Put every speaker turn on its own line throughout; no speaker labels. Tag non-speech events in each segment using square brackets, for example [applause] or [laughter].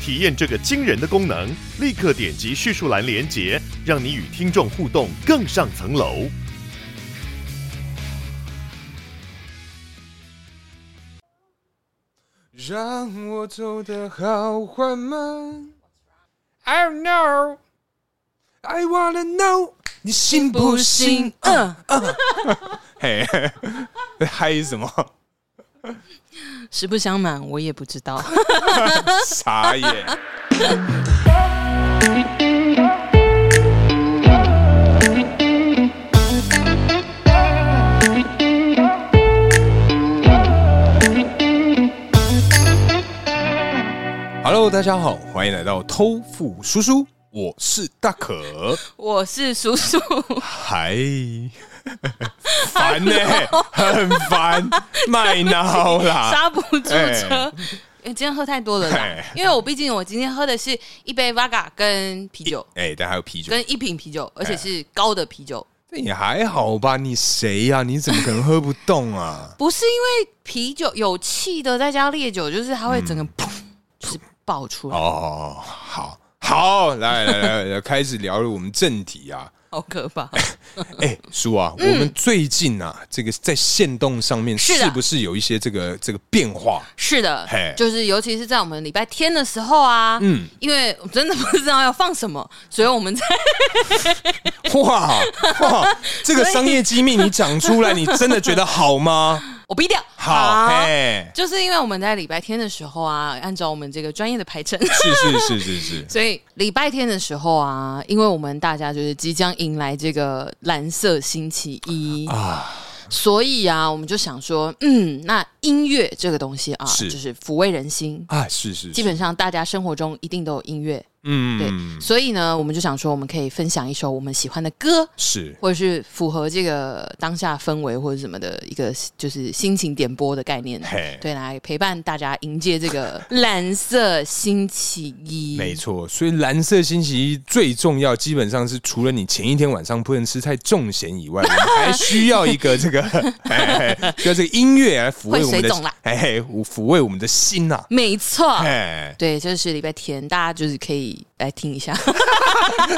体验这个惊人的功能，立刻点击叙述栏连接，让你与听众互动更上层楼。
让我走得好缓慢。I don't know, I wanna know，你信不信？
嗯，
[laughs] 嘿， [laughs] 嗨什么？
实不相瞒，我也不知道。
傻眼。Hello，大家好，欢迎来到偷富叔叔，我是大可。
[laughs] 我是叔叔，
嗨，烦呢、欸很烦，卖闹 [laughs] 啦。
刹不住车。因为今天喝太多了啦
哎，
因为我毕竟我今天喝的是一杯 Vaga 跟啤酒，
哎、但还有啤酒，
跟一哎瓶啤酒，而且是高的啤酒，
但也还好吧？你谁呀、你怎么可能喝不动啊？
[laughs] 不是因为啤酒有气的，再加烈酒，就是它会整个噗，就是爆出来，
哦，好好，来来来来，开始聊我们正题
[laughs]
啊。
好可怕。
哎、叔啊，我们最近啊，这个在线动上面
是的啊
是不是有一些这个这个变
[laughs]
化？
是的
嘿，
就是尤其是在我们礼拜天的时候啊，嗯，因为我真的不知道要放什么，所以我们在
哇哇，这个商业机密你讲出来，你真的觉得好
[laughs]
吗？
我逼掉，
好，哎，
就是因为我们在礼拜天的时候啊，按照我们这个专业的排程， [laughs]
是是是是是，
所以礼拜天的时候啊，因为我们大家就是即将迎来这个蓝色星期一啊。所以啊，我们就想说，嗯，那音乐这个东西啊，
是
就是抚慰人心。
啊，是是，
基本上大家生活中一定都有音乐，对，
嗯，
所以呢，我们就想说，我们可以分享一首我们喜欢的歌，
是
或者是符合这个当下氛围或者什么的一个就是心情点播的概念
嘿，
对，来陪伴大家迎接这个蓝色星期一。
没错。所以蓝色星期一最重要，基本上是除了你前一天晚上不能吃太重咸以外，我们
[laughs]
还需要一个这个，哎哎需要这个音乐来抚慰我们
会水
的
肿啦，啊
哎，嘿抚慰我们的心呐。
没错，
哎，
对，这是礼拜天，大家就是可以来听一下。 [laughs]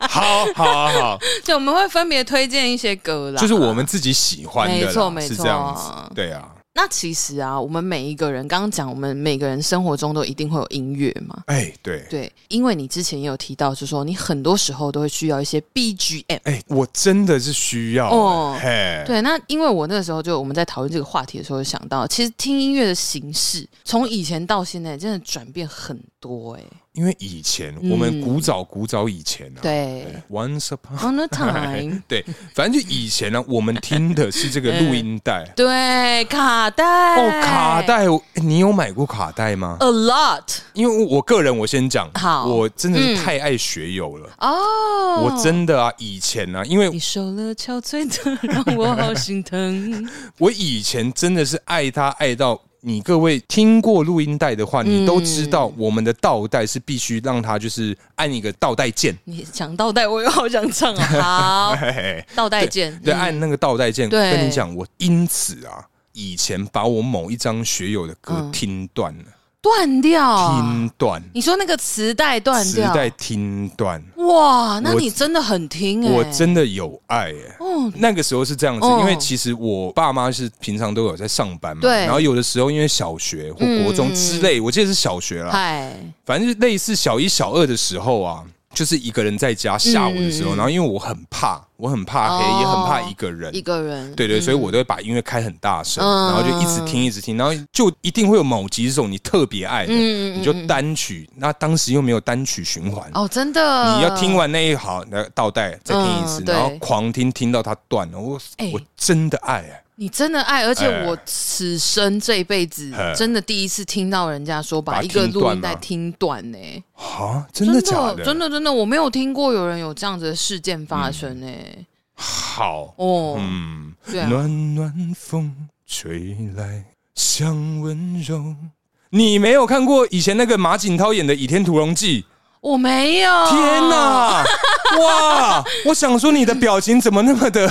好好好，
就我们会分别推荐一些歌啦，
就是我们自己喜欢的啦，
没错没
是
错
这样子，对啊。
那其实啊，我们每一个人刚刚讲，我们每个人生活中都一定会有音乐嘛。
哎，对，
对，因为你之前也有提到，就说你很多时候都会需要一些 BGM。
哎，我真的是需要
哦，
哎，嘿
对，那因为我那个时候就我们在讨论这个话题的时候，就想到其实听音乐的形式从以前到现在真的转变很多哎、
因为以前
嗯
我们古早古早以前啊，
对
，Once upon
，On a
[laughs]
time，
对，反正就以前呢、我们听的是这个录音
[laughs]
带
对，卡带
哦，卡带，我欸你有买过卡带吗？
，a lot
因为我个人，我先讲，
呃好
我真的是太爱学友了。
哦，
我真的啊，以前啊，因为
你受了憔悴的，让我好心
[laughs]
疼。
我以前真的是爱他爱到你各位听过录音带的话，你都知道我们的倒带是必须让它就是按一个倒带键，
你想倒带，我又好想唱啊！好，
嘿嘿
倒带见，
对，哎
嗯
按那个倒带键。
对
跟你讲，我因此啊，以前把我某一张学友的歌
嗯
听断了，
断掉啊。
听断。
你说那个磁带断
时
掉，
代听断，
哇，那
我
你真的很听哎、
我真的有爱耶、
哦，
那个时候是这样子，
哦
因为其实我爸妈是平常都有在上班嘛，
对嗯
然后有的时候因为小学或国中之类，我记得是小学啦，
嗨，
反正就类似小一、小二的时候啊，就是一个人在家下午的时候，
嗯嗯嗯
然后因为我很怕，我很怕黑，
哦
也很怕一个人
一。个人，
对对，所以我都会把音乐开很大声，
哦
然
嗯
后就一直听一直听，然后就一定会有某几首你特别爱的，
嗯嗯嗯
你就单曲。那当时又没有单曲循环，
哦，真的，
你要听。完那一行，那倒带再听一次，
嗯对
然后狂听，听到它断了。我、
哎
我真的爱、哎
你真的爱，而且
哎
我此生这辈子
哎
真的第一次听到人家说
把
把
它
一个
听
录
断
音带
吗
听断欸呢、
啊，真的假
的？哦真的真的，我没有听过有人有这样子的事件发生呢、
好，
哦，
嗯，
对啊，
暖暖风吹来，像温柔。你没有看过以前那个马景涛演的《倚天屠龙记》？
我没有。
天
[laughs]
哪！哇！我想说你的表情怎么那么
[laughs]
的……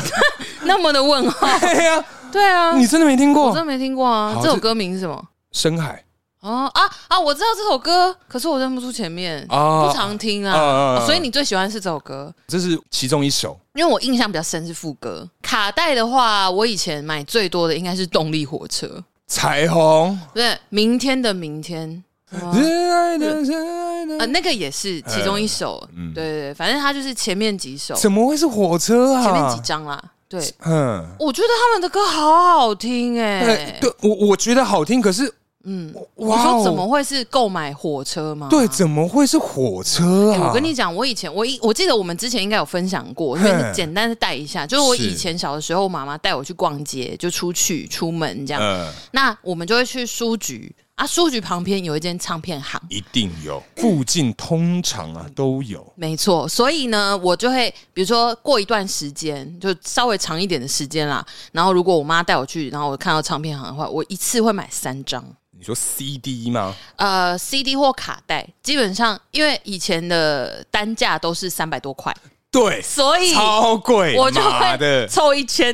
那么的问
[laughs]
号？
哎呀，
对啊，
你真的没听
我
过
真的没听过啊。
好
这首
这
歌名是什么？
深海
哦啊啊！我知道这首歌，可是我认不出前面，
啊
不常听
啊
啊。
啊啊
哦所以你最喜欢是这首歌，
这是其中一首
因为我印象比较深是副歌。卡带的话，我以前买最多的应该是动力火车，
《彩虹
不是明天的
[laughs]
明天。什》。么
热爱的，热爱
哦啊，
的，
那个也是其中一首，
嗯
对对对，反正它就是前面几首，
怎么会是火车啊？
前面几张啦。对，
嗯，
我觉得他们的歌好好听哎、
呃，对我我觉得好听，可是
嗯，你
哇
说
哦，
怎么会是购买火车吗？
对？怎么会是火车
哎
啊？
我跟你讲，我以前我一我记得我们之前应该有分享过，因为
嘿
简单的带一下，就是我
是
以前小的时候，妈妈带我去逛街，就出去出门这样，
呃，
那我们就会去书局啊，书局旁边有一间唱片行。
一定有，附近通常啊都有。
没错，所以呢，我就会比如说过一段时间，就稍微长一点的时间啦。然后如果我妈带我去，然后我看到唱片行的话，我一次会买三张。
你说 CD 吗？
呃，CD 或卡带，基本上因为以前的单价都是三百多块，
对，
所以
超贵，
我就
妈
会
的
凑一 [laughs] 千。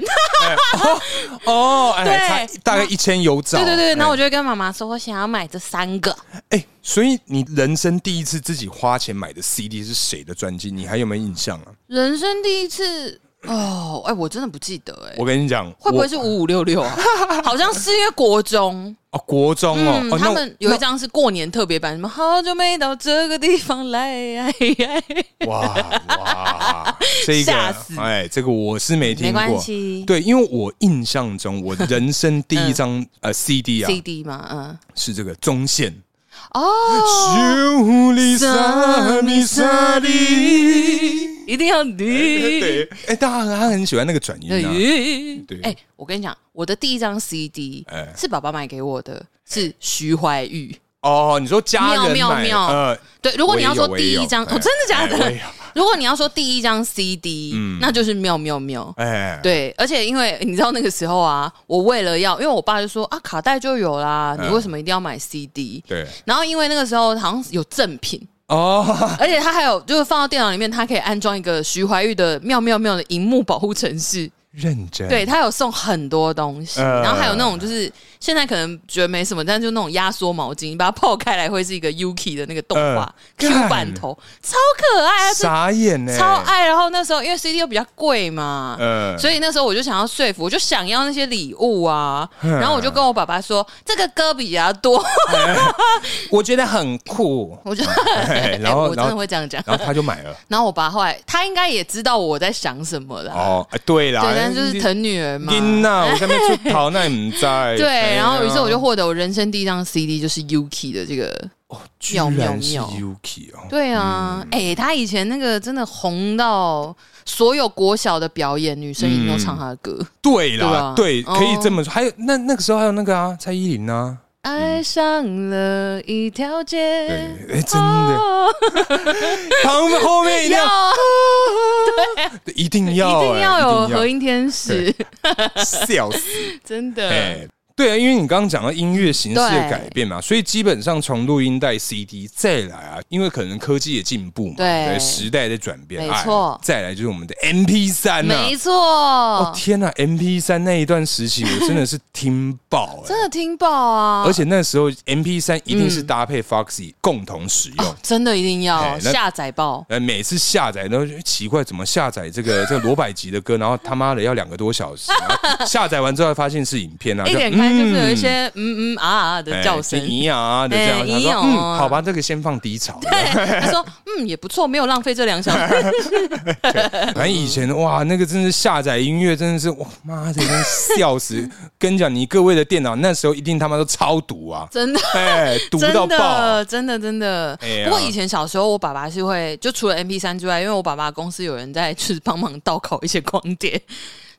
哦，哎，
对
差大概一千有找。
对对对，
哎
那我就会跟妈妈说，我想要买这三个。
哎，所以你人生第一次自己花钱买的 CD 是谁的专辑？你还有没有印象啊？
人生第一次哦，哎、我真的不记得哎、
我跟你讲，
会不会
我
是五五六六啊？ [laughs] 好像是因为国中，
哦国中哦
嗯，
哦
他
那
们有一张是过年特别版，什么好久没到这个地方来，哎哎
哇哇，这
吓
个
死
哎，这个我是没
没
听
关
过。
系，
对，因为我印象中，我人生第一张、
嗯
呃 CD 啊
CD 嘛，嗯，
是这个中线。
[laughs] 哦，
修理
萨
萨
米
米
萨
萨
利
利，
一定要 [laughs] 你
对，哎，大家他很喜欢那个转音啊。
对
对
哎，我跟你讲，我的第一张 CD
哎
是爸爸买给我的，是徐怀钰。
哦，你说家人买
妙妙妙
呃，
对，如果你要说第一张，
我也有我也有
哦，真的假
哎我
的
也有？嗯
如果你要说第一张 CD，那就是妙妙妙。
哎，
对，而且因为你知道那个时候啊，我为了要，因为我爸就说啊，卡带就有啦，你
嗯
为什么一定要买 CD？
对
然后因为那个时候好像有赠品，
哦，
而且它还有就是放到电脑里面，它可以安装一个徐怀钰的妙妙妙的荧幕保护程式，
认真
对，它有送很多东西，
嗯
然后还有那种就是现在可能觉得没什么，但就那种压缩毛巾，你把它泡开来会是一个 Yuki 的那个动画、
嗯
Q
干
版头，超可爱啊，是
傻眼呢，
超爱。然后那时候因为 CD 又比较贵嘛，
呃
所以那时候我就想要说服，我就想要那些礼物啊，
嗯
然后我就跟我爸爸说，这个歌比较多， [laughs]，
我觉得很酷
我就，
哎 [laughs] 然
欸
后
[laughs] 我真
然
的
后
会这样讲。
然后他就买了。
然后我爸后来他应该也知道我在想什么啦，
哦，哎对啦，
对，但是就是疼女儿嘛。
囡呐，
[laughs]
我下面出逃那你不在。
对，
哎呀
然后于是我就获得我人生第一张 CD，就是 Yuki 的这个。
哦，居
妙妙
然是
妙
Yuki 哦，
对啊，哎、他以前那个真的红到所有国小的表演，女生一定
嗯
都唱他的歌。
对
对吧
啦，对，
哦
可以这么说。还有那那个时候还有那个啊，蔡依林啊，
爱上了一
对，
条街，
哎，真的，
哦
旁边后面一定要，
要
一定
[laughs] 一
要，
定要有合
合
音天使，
笑
[laughs]
死，
真的。
哎。对啊，因为你刚刚讲到音乐形式
对
的改变嘛，所以基本上从录音带、CD 再来啊，因为可能科技也进步嘛，
对
时代在转变，
没
哎
错
再来就是我们的 MP 三啊呐，
没错，
哦天呐、m p 三那一段时期我真的是听爆、哎
真的嗯听爆啊！
而且那时候 MP 三一定是搭配 Foxy 共同使用。
真的一定要
哎那
下载爆，
呃，每次下载都觉得奇怪，怎么下载这
[laughs]
个这个罗百吉的歌，然后他妈的要两个多小时，然
[laughs]
后下载完之后发现是影片啊，
一
就
点开就是有一些嗯嗯啊啊的
哎
叫声
就。咿呀啊的这
哎
样，他
咿
说
呀
嗯，好吧，这个先放低潮，
对，他说嗯也不错，没有浪费这两小时。
反正以前哇，那个真是下载音乐真的是哇妈的，真是笑死！跟你讲，你各位的电脑那时候一定他妈都超毒啊，
真的。
哎，毒
真
到爆，
的，真的，真的。
哎呀
不过以前小时候，我爸爸是会，就除了 M P 三之外，因为我爸爸公司有人在，就是帮忙倒拷一些光碟。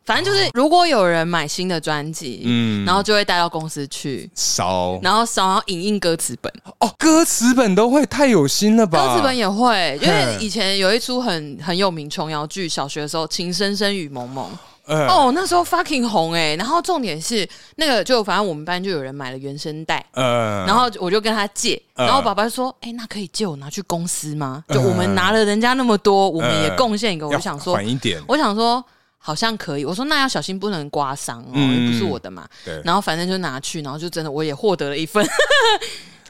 反正就是如果有人买新的专辑，
哦嗯哦
嗯，然后就会带到公司去，
烧
然后扫，然后影印歌词本，
哦，歌词本都会太有心了吧？
歌词本也会，因为
嗯
以前有一出
[laughs]
很很有名琼瑶剧，小学的时候《情深深雨蒙蒙》。
呃
哦，那时候 fucking 红哎、然后重点是那个，就反正我们班就有人买了原声带，
呃
然后我就跟他借，
嗯
然后爸爸就说：“哎、那可以借我拿去公司吗？就
嗯
我们拿了人家那么多，我们也
嗯
贡献一个。”我
要
就想说
缓，一点，
我想说好像可以，我说那要小心不能刮伤哦，
嗯
也不是我的嘛。
对
然后反正就拿去，然后就真的我也获得了一
[laughs]
份，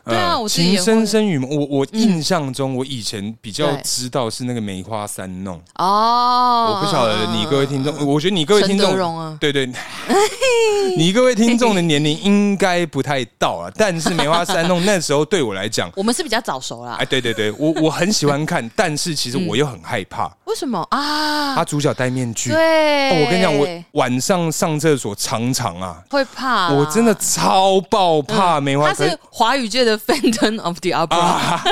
对啊
呃
我自己
情
也
深
会
深雨蒙我我印象中，我以前比较
对
知道是那个梅花三弄，
嗯哦，
我不晓得你各位听众，我觉得你各位
陈
听
德
众
荣啊
对对，你各位听众的年龄应该不太到
[laughs]
啊，但是梅花三弄那时候对我来讲，
我们是比较早熟啦
哎，。对对对，我我很喜欢看，但是其实我又很害
[laughs]
怕，
为什么啊？
他主角戴面具，哦，
对、
我跟你讲，
哎
我晚上上厕所常常啊，
会怕、
我真的。超爆怕梅花
嗯他
可
是华语界的 Phantom of the Opera，、
啊，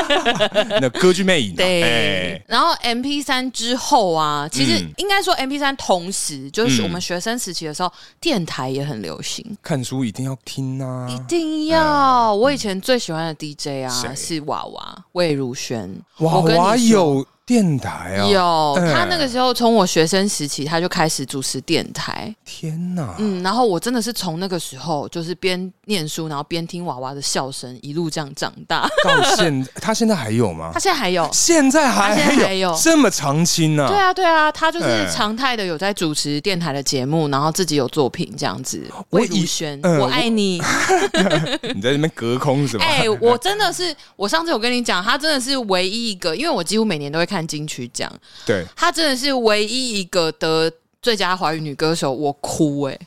那歌剧魅影啊，
对，
哎
然后 M P 三之后啊，其实
嗯
应该说 M P 三同时就是
嗯
我们学生时期的时候，电台也很流行。
看书一定要听啊，
一定要！我以前最喜欢的 DJ
谁
啊是娃娃魏如萱，
娃
我跟
娃
你说
有电台啊，
有
嗯
他那个时候从我学生时期他就开始主持电台，
啊天哪，
嗯，然后我真的是从那个时候就是边念书，然后边听娃娃的笑声，一路这样长大。 [laughs]
到现他现在还有吗
他？现在还有，
现在还
他现在还有
这么长青呢、
对啊，对啊，他就是
哎
常态的有在主持电台的节目，然后自己有作品这样子。
我
魏
以
如萱，
嗯
我爱你。
你在那边隔空什么？
[laughs] 哎、我真的是，我上次有跟你讲，他真的是唯一一个，因为我几乎每年都会看金曲奖，
[laughs] 对，
他真的是唯一一个得最佳华语女歌手，我哭哎、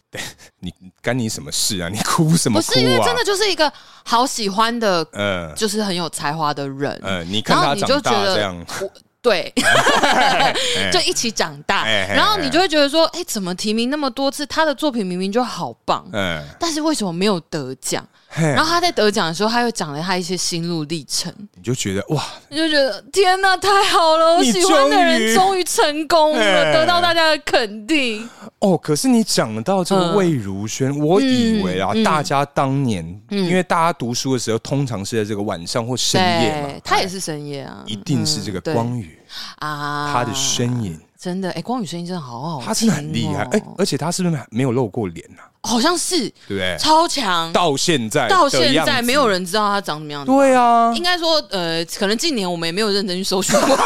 你干你什么事啊？你哭什么
不
哭啊？
是因为真的就是一个好喜欢的，
呃
就是很有才华的人，
呃，你看
然后
他
你就
长
觉
大
得
这样，
我
[laughs]
对，
哎
就一起长大，
哎哎
然后
哎
你就会觉得说，哎、怎么提名那么多次，他的作品明明就好棒，
嗯、
但是为什么没有得奖？
嘿
然后他在得奖的时候，他又讲了他一些心路历程，
你就觉得哇，
你就觉得天哪，太好了！我
你
喜
终
欢的
于
人终于成功
哎
了，得到大家的肯定。
哦，可是你讲到这个
嗯
魏如萱，我以为啊，
嗯嗯
大家当年、
嗯
因为大家读书的时候，通常是在这个晚上或深夜嘛
对，，他也
哎
是深夜啊，
一定是这个
嗯对
光宇，
啊，
他的身影，
真的，哎，光宇声音真的好好听哦，
他真的很厉害，哎、而且他是不是没有露过脸啊？
好像是
对不对？
超强，
到现在
到
的
现
样
在
子
没有人知道他长什么样子。
对啊，
应该说，呃，可能近年我们也没有认真去搜寻
[laughs]
过，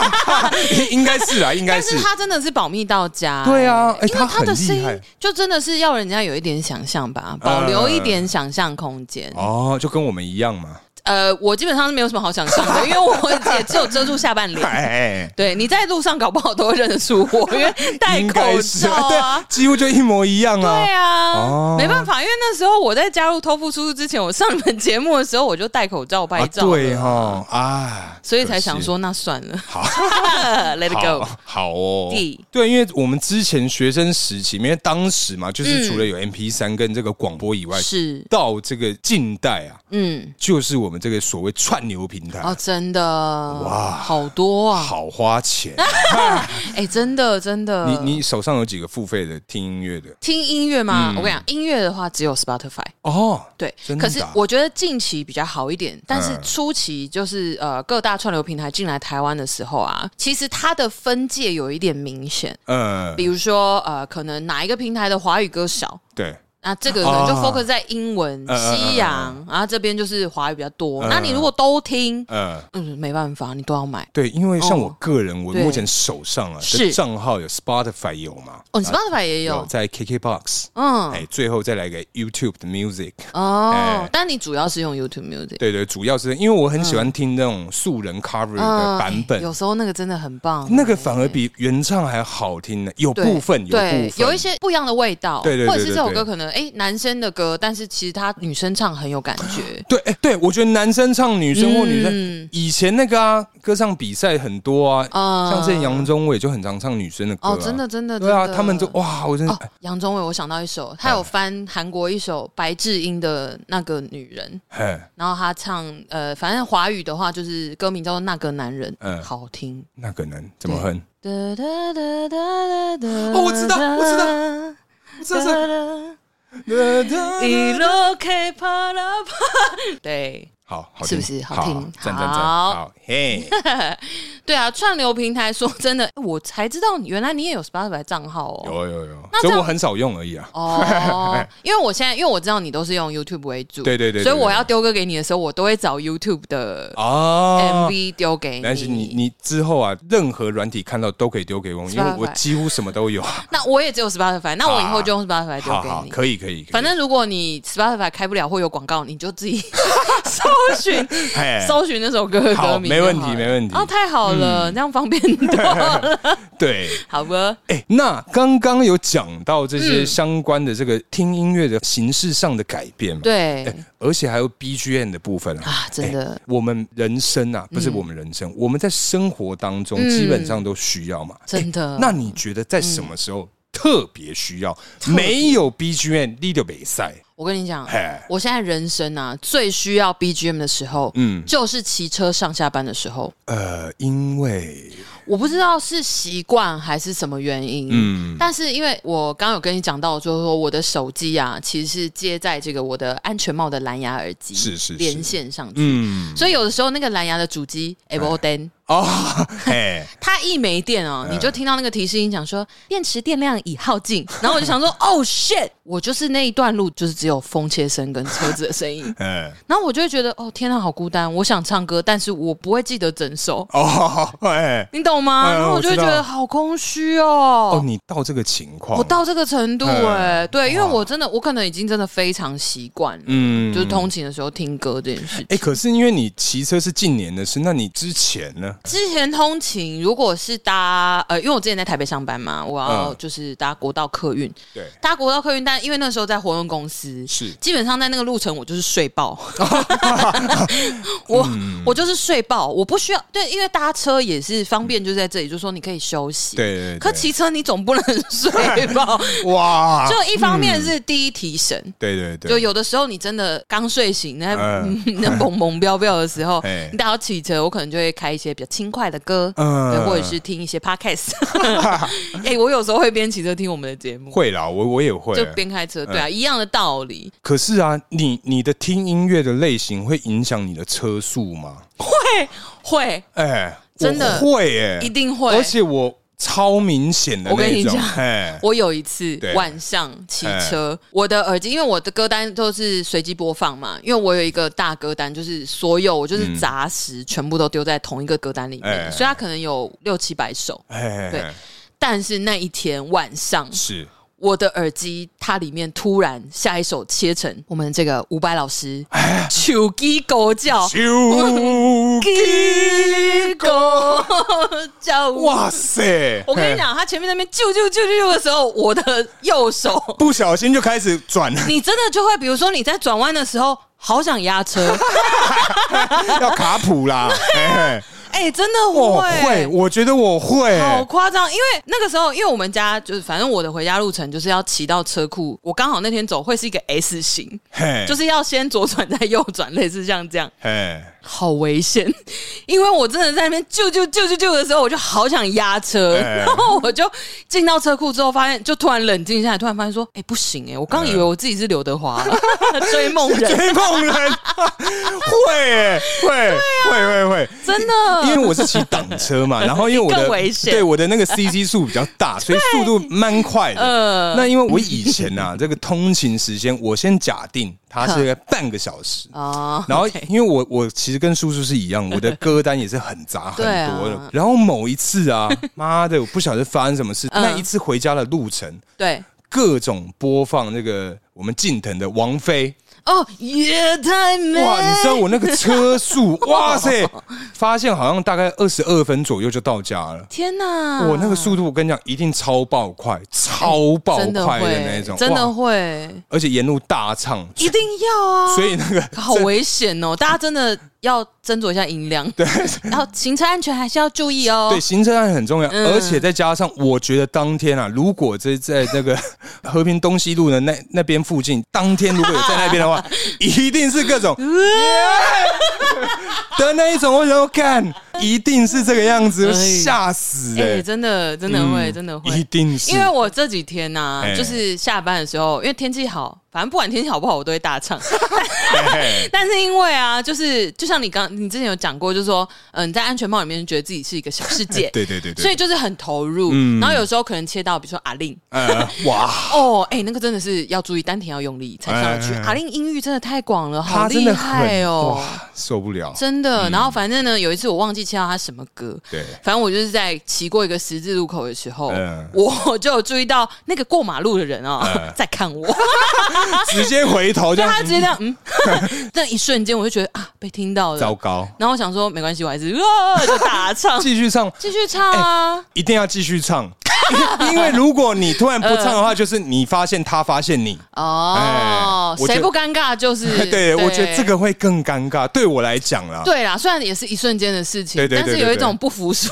应该是
[laughs]
啊，应该
但
是
是他真的是保密到家、
对啊哎
因为
他
他
很
的
厉
声
害
音就真的是要人家有一点想象吧，保留一点想象空间。
啊哦，就跟我们一样嘛。
呃，我基本上是没有什么好想
[laughs]
象的，因为我也只有遮住下半脸。
哎，
对，你在路上搞不好都会认得出我，因为戴
应该
口
是
罩
啊
啊
对，。几乎就一模一样啊
对。啊，
哦
没办法，因为那时候我在加入偷富叔叔之前，我上你们节目的时候我就戴口罩拍
啊，
照了，
对哈啊，
所以才想
可惜
说那算了，
好
[laughs] ，Let it go
好。好哦
地。
对，因为我们之前学生时期，因为当时嘛，就是
嗯
除了有 MP 三跟这个广播以外，
是，
到这个近代啊，
嗯，
就是我们这个所谓串流平台，
哦，真的，
哇
哇，好多啊，
好花钱。
哎、真的真的，
你你手上有几个付费的听音乐的？
听音乐吗？我跟你讲，音乐的话只有 Spotify。
哦，
对
嗯真，的
可是
啊
我觉得近期比较好一点，但是
嗯
初期就是呃各大串流平台进来台湾的时候啊，其实它的分界有一点明显，
嗯，
比如说呃可能哪一个平台的华语歌少，
对，
那这个可能就
啊
focus 在英文、
嗯嗯嗯
西洋，然后这边就是华语比较多。那你如果都听，
嗯。
嗯，没办法，你都要买。
对，因为像我
哦
个人，我
对
目前手上啊的
是
账号有 Spotify 有嘛，
哦，你 Spotify 也有，
在 KKBox，
嗯，
啊哎，最后再来个 YouTube 的 Music。哎
哦，但你主要是用 YouTube Music
对对，主要是因为我很喜欢听那种素人 cover 的
嗯
版
哎
本，
有时候那个真的很棒，哦
那个反而比原唱还好听呢。有
对
部分，有部
对
分，
有一些不一样的味道，
对对对
或者是这首
对对
歌可能哎男生的歌，但是其实他女生唱很有感觉，
对，哎，对我觉得男生唱女生或女生
嗯，
以前那个啊歌唱比赛很多啊，
啊
像之前杨宗纬就很常唱女生的歌啊，
哦，真的真的，
对啊，
真的
他们就哇，我真
哦
的，
杨宗纬，我想到一首，
哎
他有翻韩国一首白智英的那个女人，
嘿，
然后他唱呃，反正华语的话就是歌名叫做那个男人，
嗯
好听。 [laughs]
那个人怎么
对
哼？
哒哒哒哒哒哒，
哦我知道我知
道。
这是
一路 K 啪啦啪，对
好，好听
是不是好听
赞赞赞，
好
好嘿，
对啊，串流平台说真的，哎我才知道原来你也有 Spotify 账号哦。
有有有，
[laughs] 那这
所
样
以我很少用而已啊。 [laughs]
哦，因为我现在因为我知道你都是用 YouTube 为主，
对对对对
所以我要丢歌给你的时候，我都会找 YouTube 的
哦
MV 丢给你。
但是你你之后啊，任何软体看到都可以丢给我，因为我
Spotify
几乎什么都有。啊
那我也只有 Spotify，那我以后就用 Spotify 丢
好
给
好，
你。
可以可以，可以
反正如果你 Spotify 开不了或有广告，你就
[laughs]
自己搜寻
嘿
搜寻那首歌的歌名就
哎好没
好了，
问题没问题嗯
哦，太好了，这样方便多了，
[laughs] 对，
好吧？
哎、那刚刚有讲到这
嗯
些相关的这个听音乐的形式上的改变嘛？
对
哎、而且还有 BGM 的部分啊。
啊，真的，
我们人生啊，不是我们人生，我们在生活当中
嗯
基本上都需要嘛。
真的
哎那你觉得在什么时候特别需要？
嗯
没有 BGM，你就没赛。
我跟你讲
嘿，
我现在人生啊最需要 BGM 的时候，
嗯，
就是骑车上下班的时候。
呃，因为
我不知道是习惯还是什么原因，
嗯
但是因为我刚刚有跟你讲到，就是说我的手机啊，其实是接在这个我的安全帽的蓝牙耳机，
是是是
连线上去，
嗯
所以有的时候那个蓝牙的主机 Apple Den，
哦，哎，
它一没电哦，你就听到那个提示音讲说电池电量已耗尽， [laughs] 然后我就想说哦 shit，我就是那一段路就是只有风切声跟车子的声音，
[laughs] 嗯，
然后我就会觉得哦天啊好孤单，我想唱歌，但是我不会记得整首。
哦，哎，
你懂吗？
嗯
然后我就会
我知
觉
道
得好空虚哦。
哦，你到这个情况，
我到这个程度哎、对，因为
嗯哇
我真的，我可能已经真的非常习惯了，
嗯
就是通勤的时候听歌这件事情。
哎、可是因为你骑车是近年的事，那你之前呢？
之前通勤如果是搭呃，因为我之前在台北上班嘛，我要
嗯
就是搭国道客运，
对，
搭国道客运，但因为那时候在活动公司。
是
基本上在那个路程，我就是睡
[laughs]
爆，我、
嗯
我就是睡爆，我不需要对，因为搭车也是方便，就在这里，就说你可以休息。，
对对对。啊
可骑车你总不能 [laughs] 睡爆，
哇，
就一方
嗯
面是第一提神，
对对对，
就有的时候你真的刚睡醒，那、
嗯
[laughs] 那蹦蹦飙飙的时
[laughs]
候
哎，
你打到骑车，我可能就会开一些比较轻快的歌，
嗯
对，或者是听一
[laughs]
些 podcast。哎、我有时候会边骑车听我们的节目，
会嗯啦，我我也会
就。边开车，对啊，一样的道理。
可是啊，你你的听音乐的类型会影响你的车速吗？
会会
哎、
真的
我会哎、
一定会
而且我超明显的
我跟
那
你
种
讲，
哎、
我有一次
对嗯
晚上骑车，我的耳机，因为我的歌单都是随机播放嘛，因为我有一个大歌单，就是所有我
嗯
就是杂食全部都丢在同一个歌单里面，
哎
所以它可能有六七百首。
哎、
对但是那一天晚上，
是
我的耳机它里面突然下一首切成我们这个伍佰老师
哎
《手机狗叫》
就。
[laughs]
一个，
狗叫。
哇！塞！
我跟你讲，他前面那边啾啾啾啾啾的时候，我的右手，
哎，不小心就开始转，
你真的就会，比如说你在转弯的时候，好想
[laughs]
压车，
要卡普
[laughs]
啦。哎、
哎、真的
我
会
哦会，。我觉得我会，
好夸张！因为那个时候，因为我们家就是，反正我的回家路程就是要骑到车库。我刚好那天走会是一个 S 型，
嘿，
就是要先左转再右转，类似像这样。
嘿，
好危险，因为我真的在那边救救救救救的时候，我就好想压车，
哎
然后我就进到车库之后，发现就突然冷静下来，突然发现说，哎、不行哎、我刚以为我自己是刘德华啊 [laughs] 追梦
[laughs]
人，
追梦人会耶
啊
会会会会。
真的，
因为我是骑挡车
[laughs]
嘛，然后因为我的
嗯更危险
对我的那个 CC 数比较
[laughs]
大，所以速度蛮快的。
嗯
那因为我以前啊，这个通勤时间，我先假定它是
嗯
半个小时，
啊，
然后，因为我我其实跟叔叔是一样，
[laughs]
我的歌单也是很杂很
对啊
多的。然后某一次啊，妈的，我不晓得发生什么事。
嗯
那一次回家的路程，
对，
各种播放那个我们近藤的王菲。
哦，也太美，
哇，你知道我那个车速，哇塞，发现好像大概二十二分左右就到家了。
天哪，
我那个速度，我跟你讲，一定超爆快，超爆
哎真的
快的
会
那种，
真的
哇，
会，
而且沿路大唱，
一定要啊，
所以那个
好
真
危险哦！大家真的要斟酌一下音量，对，然后行车安全还是要注意哦。
对，行车安全很重要，
嗯
而且再加上，我觉得当天啊，如果这在那个 [laughs] 和平东西路的那那边附近，当天如果有在那边的话，
[laughs] 呃
一定是各种的那一种，我想要看一定是这个样子，
哎
吓死
哎、
哎！
真的真的会，
嗯
真的会，
一定是
因为我这几天呐、
哎
就是下班的时候，因为天气好，反正不管天气好不好，我都会大唱。
[laughs] 哎，
但是因为啊，就是就像你刚你之前有讲过，就是说，嗯、你在安全帽里面觉得自己是一个小世界
[laughs] 对对对对，
所以就是很投入。
嗯
然后有时候可能切到，比如说阿
[laughs]
令，
呃，哇，
哦，哎、那个真的是要注意，丹田要用力才上得去。
哎哎哎
阿令音域真的太广了，好
他真
厉
的很
害哦，
哇，嗯受不了，
真的。然后反正呢，有一次我忘记切到他什么歌，
对，
反正我就是在骑过一个十字路口的时候，
嗯
我就有注意到那个过马路的人啊、
嗯
在看
[laughs]
我，
直接回头就
他直接这样，嗯， [laughs] 那一瞬间我就觉得啊，被听到了。
糟糕，
然后我想说没关系，我还是啊就
[laughs]
大唱，
继续唱，
继续唱啊。
一定要继续唱， [laughs] 因因为如果你突然不唱的话，就是你发现他发现你。
哦，
哎我觉
谁
得
不尴尬就是
[laughs] 对，我觉得这个会更尴尬。对我来讲啦，
对啦，虽然也是一瞬间的事情，
对对对
但是
对
有一
对
种不服输。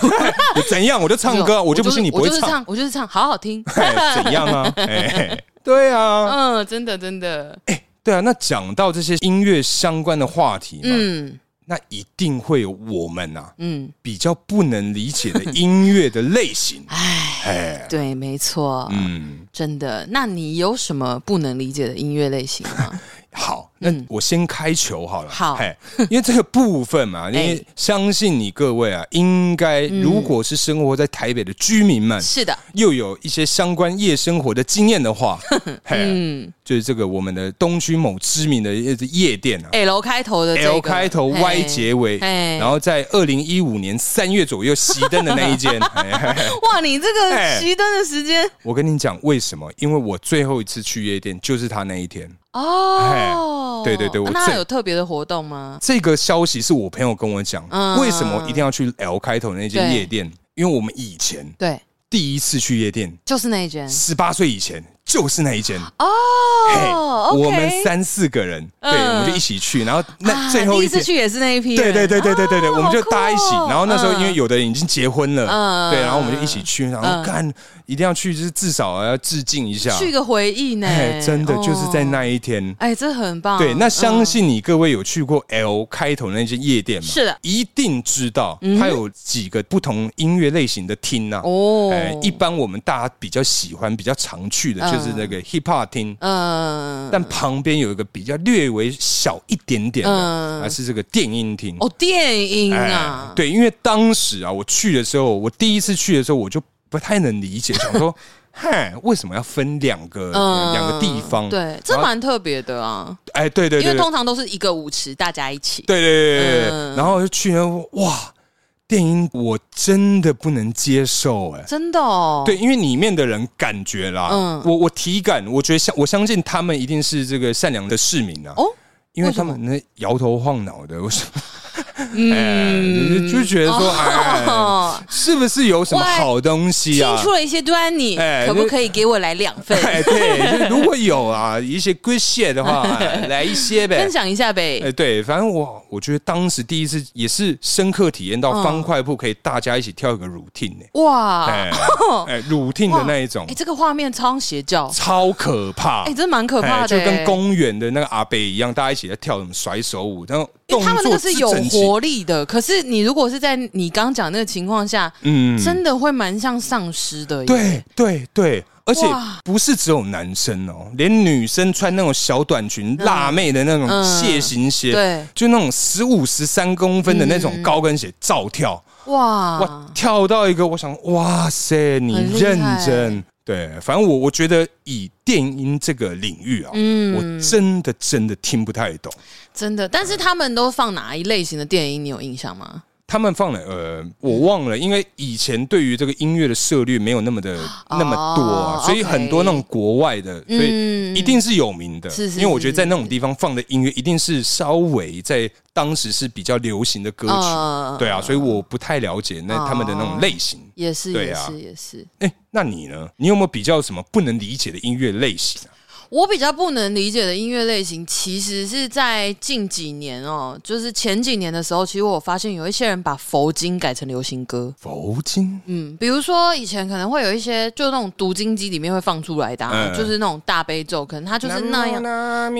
我 [laughs] 怎样我就唱歌啊，我就不信你不会
我就
[laughs]
是
唱，
唱，我就是唱，好好听。
哎怎样
[laughs]
啊？哎，对啊，
嗯，真的真的，
对啊。那讲到这些音乐相关的话题嘛，
嗯
那一定会有我们啊
嗯，
比较不能理解的音乐的类型。
[laughs] 哎，
哎，
对，没错，
嗯，
真的。那你有什么不能理解的音乐类
[laughs]
型吗？
好，那
嗯
我先开球好了。
好哎
嘿， [laughs] 因为这个部分
[laughs]
嘛，因为相信你各位啊，应该如果是生活在台北的居民们，
嗯是的，
又有一些相关夜生活的经验的话，嘿，
[laughs] 嗯
就是这个我们的东区某知名的夜夜店啊。
，L 开头哎的这个哎
L 开头
嘿
Y 结尾，
嘿
然后在二零一五年三月左右熄灯的那一
[laughs]
间，哎嘿嘿
哇，你这个
哎
熄灯的时间
我跟你讲为什么？因为我最后一次去夜店就是他那一天。
哦，
对对对我
那
最
有特别的活动吗？
这个消息是我朋友跟我讲，
嗯
为什么一定要去 L 开头那间
对
夜店？因为我们以前
对，
第一次去夜店，
就是那一间
十八岁以前就是那一间。嘿
哦，OK
我们三四个人，对，
嗯
我们就一起去，然后那
啊
最后
第
一
一次
天。
去也是那一批
对
人，
对对对对对对，我们就大家一起
好酷哦，
然后那时候因为
嗯
有的人已经结婚了，
嗯
对，然后我们就一起去，然后干一定要去，就是至少要致敬一下，
去个回忆呢
哎，，真的
哦
就是在，那一天，
哎，这很棒。
对，那相
嗯
信你各位有去过 L 开头的那些夜店嘛？
是的嗯
一定知道它有几个不同音乐类型的厅呐。
哦
哎，一，般我们大家比较喜欢、比较常去的就是那个 hip hop 厅，
嗯
但旁边有一个比较略微小一点点的，
嗯
还是这个电音厅。
哦，电音
哎
啊，，
对，因为当时啊，我去的时候，我第一次去的时候，我就不太能理
[laughs]
解，想说，嗨，为什么要分两个两个地方？
嗯对，这
然后
蛮特别的啊，
哎，对哎嗯对
因
对
为
对
通常都是一个舞池，大家一起，
对对对对对，
嗯
然后就去了，哇，电音我真的不能接受哎、
真的哦，
对，因为里面的人感觉啦，
嗯
我我体感，我觉得相我相信他们一定是这个善良的市民啊，
哦，
因为他
为
们那摇头晃脑的，我是 [laughs]
嗯，
就觉得说，哎，
哦，
是不是有什么
喂
好东西
听 [laughs]
啊？
出了一些端倪
哎，
可不可以给我来两
[laughs]
份？
哎，对，就是如果有啊一些 good shit 的话，
[laughs]
哎来一些呗
分。享一下呗
哎、，对，反正我我觉得当时第一次也是深刻体验到
嗯
方块布可以大家一起跳一个 routine 呢、
哇， [laughs]
哎哎 routine
哇
的那一种
哎，，这个画面超邪教，
超可怕，
哎，真蛮可怕
哎
的，
就跟
哎
公园的那个阿贝一样，大家一起在跳什么甩手舞，然后
因
动
为他们那
作
个是
之
有
整齐，
活力的，可是你如果是在你刚讲那个情况下，
嗯
真的会蛮像丧尸的耶。
对对对，而且
哇
不是只有男生哦，连女生穿那种小短裙、辣妹的那种
嗯
蟹型鞋，
对嗯
就那种十五十三公分的那种高跟鞋，照跳。
哇，
哇，跳到一个，我想，哇塞，你
啊很厉
认
害
真。对，反正我我觉得以电音这个领域啊，
嗯
我真的真的听不太懂。
真的。但是他们都放哪一类型的电影？你有印象吗？
他们放了呃，我忘了，因为以前对于这个音乐的涉猎没有那么的、那么多啊，所以
哦 OK
很多那种国外的，所以
嗯
一定是有名的。
是是
因为我觉得
是
在那种地方放的音乐，一定是稍微在当时是比较流行的歌曲，
嗯哦
对啊，所以我不太了解那他们的那种类型。
也是，
对
也
啊
是，也是。
哎、那你呢？你有没有比较什么不能理解的音乐类型啊？
我比较不能理解的音乐类型，其实是在近几年哦，就是前几年的时候，其实我发现有一些人把佛经改成流行歌。
佛经，
嗯，比如说以前可能会有一些，就那种读经机里面会放出来的、啊，
嗯
就是那种大悲咒，可能它就是那样。
样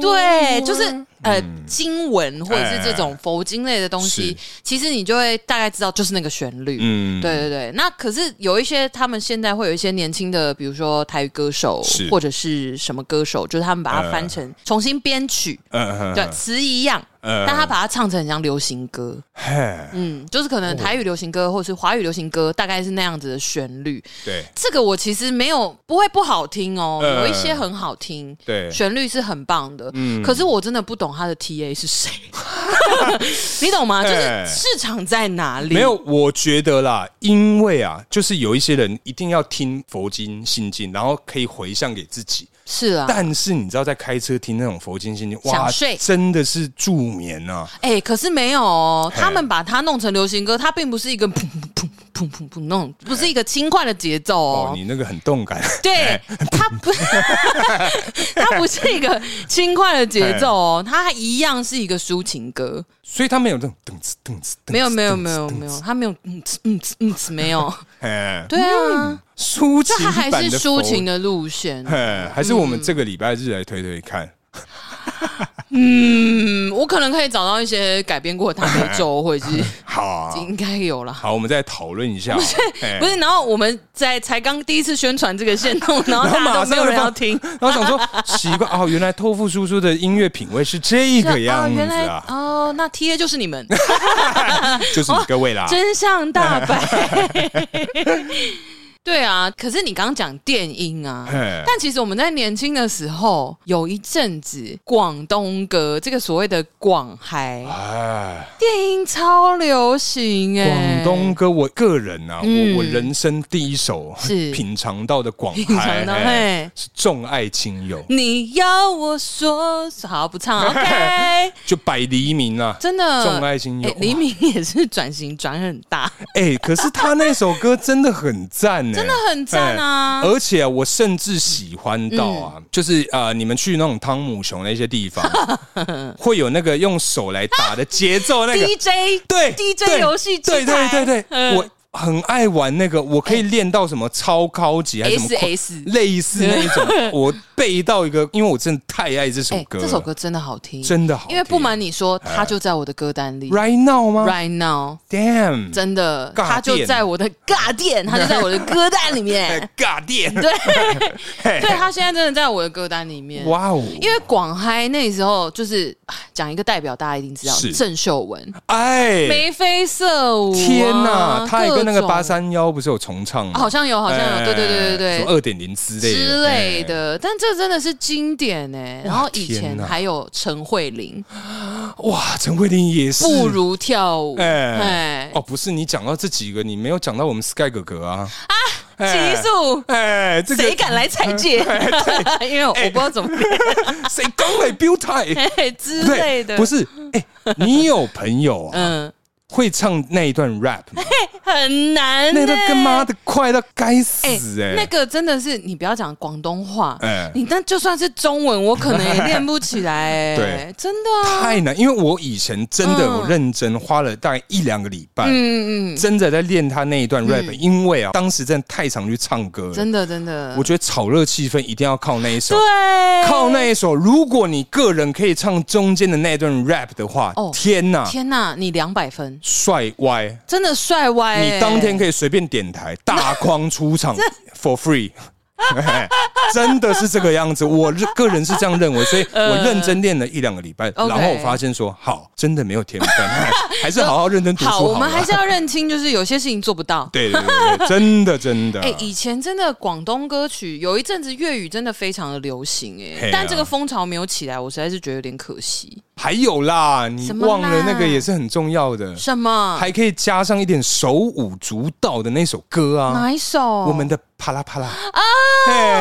对，就是呃经文或者是这种佛经类的东
嗯哎是
西，其实你就会大概知道就是那个旋律。
嗯，
对对对，那可是有一些他们现在会有一些年轻的，比如说台语歌手
是呃
或者是什么歌手，就是他们把它翻成、重新编曲，
嗯，嗯
对，词一样，
嗯
但他把它唱成很像流行歌，
嘿，
嗯，就是可能台语流行歌或者是华语流行歌，大概是那样子的旋律。
对
这个我其实没有不会不好听哦，
嗯
有一些很好听，
对，
旋律是很棒的，
嗯
可是我真的不懂他的 TA 是谁，你懂吗？就是
哎
市场在哪里？
没有，我觉得啦，因为啊，就是有一些人一定要听佛经心经，然后可以回向给自己。
是啊，
但是你知道，在开车听那种佛经心经，哇
想睡，
真的是助眠啊！
哎、可是没有哦，
嘿
他们把它弄成流行歌，它并不是一个砰砰砰砰砰那种，不是一个轻快的节奏
哦
哦。，
你那个很动感， [laughs]
对，它不，它不是一个轻快的节奏哦，它一样是一个抒情歌。
所以他没有那种噔哧噔哧，
没有，没有，没有，没有，它没有，嗯呲嗯呲嗯呲，没
[laughs]
有。
哎，
对啊，
抒
就
情
它还
版
是
的
抒
佛
情，的嗯路线。
哎，还是我们这个礼拜日来推推看。
嗯，我可能可以找到一些改编过的塔梅咒，或者是
好啊，
应该有啦。
好，我们再讨论一
[laughs]
下。不是，
不是，然后我们在才刚第一次宣传这个
[laughs]
线动，然后
然后
大家
马
都
上
没有人
就
要
放
听。
[laughs] 然后想说奇怪哦，原来豆腐叔叔的音乐品味是这个
啊，
样子
原来
啊，
哦，那 T A 就是
[laughs]
你们，
就是你各位啦。
哦真相大
[laughs]
白。对啊，可是你刚刚讲电音啊，
嘿
[laughs] 但其实我们在年轻的时候有一阵子广东歌，这个所谓的广嗨
哎，
电音超流行哎、
广东歌，我个人啊，
嗯
我我人生第一首
是
品尝到的广
品
嗨
尝到
嘿
嘿
是重爱亲友，
你要我说好不
[laughs]
唱 OK，
就百黎明啊，
真的
重爱亲友啊
哎黎明也是转型转很
[laughs]
大，
哎，可是他那首歌真的很赞
[laughs]
呢，真的
很赞啊！
哎而且我甚至喜欢到啊，
嗯
就是呃，你们去那种汤姆熊那些地方，
[laughs]
会有那个用手来打的节奏，那个
DJ
对
DJ
对
游戏机
对对对
台
对，
嗯
我很爱玩那个，我可以练到什么超高级还是什么
SS
类似那一
[laughs]
种，我背到一个，因为我真的太爱这首
哎
歌了，
这首歌真的好听，
真的好听，
因为不瞒你说，它就在我的歌单里
right now 吗
right now，
？Damn，
真的，
嗯尬
它就
电
在我的尬店，它就在我的歌单
[laughs]
里面。
哎尬电， [laughs]
对，对，它现在真的在我的歌单里面。
哇哦，
因为广嗨那时候就是哎讲一个代表，大家一定知道
是
郑秀文
哎，
眉飞色舞啊。
天哪，他也跟那个
各种哦
八三幺不是有重唱吗？哎
好像有，好像有，对对对对对。
二点零之类的
之类。
哎
的，但这真的是经典哎、然后以前
天哪
还有陈慧琳，
哎哇，陈慧琳也是
不如跳舞，哎、
哎，哦，不是你讲到这几个，你没有讲到我们 Sky 哥哥啊啊
激素
哎，这个哎
谁敢来踩界？
[laughs]
[laughs] 因为我不知道怎么练、
谁刚来 Build Time
嘿 [laughs] 之类的，
哎不是？哎，你有朋友啊
嗯，
会唱那一段 rap，吗
[laughs] 很难、
那
欸。
段跟妈的快到该
哎、
死
那
哎！
个真的是你不要讲广东话，
哎
你那就算是中文，我可能也练不起
[laughs]
来、哎，
对
真的啊，
太难，因为我以前真的有
嗯
认真花了大概一两个礼拜，
嗯嗯
真的在练他那一段 rap，因为啊，当时真的太常去唱歌
嗯，
了，
真的真的，
我觉得炒热气氛一定要靠那一首，
对，
靠那一首。如果你个人可以唱中间的那段 rap 的话，
哦
天哪，
天哪，你两百分，
帅歪！
真的帅歪、哎
你当天可以随便点台，大框出
[laughs]
场 for free。真的是这个样子，我认个人是这样认为，所
[laughs]
以我认真练了一两个礼拜，
呃 OK
然后我发现说，好，真的没有天分，
[laughs]
还是好好认真读书
好，
好了。
我们还是要认清，就是有些事情做不到。
对啊对对，对真的真的，
[laughs] 哎、以前真的广东歌曲有一阵子粤语真的非常的流行哎、
嘿啊
但这个风潮没有起来，我实在是觉得有点可惜。
还有啦，你
什么啦
忘了那个也是很重要的，
什么？
还可以加上一点手舞足蹈的那首歌啊，
哪一首？
我们的啪啦啪啦
哦
啊，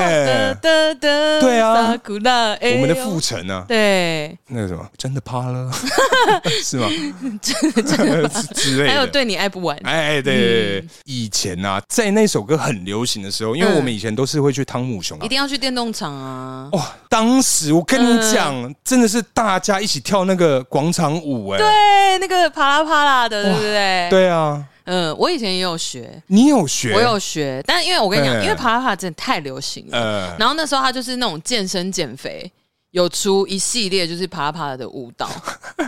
嘿
的的
对啊
古拉，哎呦
我们的父城啊，
对，
那个什么真的啪
[laughs]
了，是吗？ [laughs] 之之类
还有
的。
对你爱不完，
哎，对对对，以前啊，在那首歌很流行的时候，因为
嗯
我们以前都是会去汤姆熊啊
一，定要去电动场啊。
哇，当时我跟你
嗯
讲，真的是大家一起跳那个广场舞，哎，
对，那个啪啦啪啦的，对不对？，
对啊，
嗯，我以前也有学，
你有学？
我有学，但因为我跟你讲，
嗯
因为啪啦啪啦真的太流行了，
呃，
然后那时候他就是那种健身减肥，有出一系列就是爬爬的舞
[laughs]
蹈，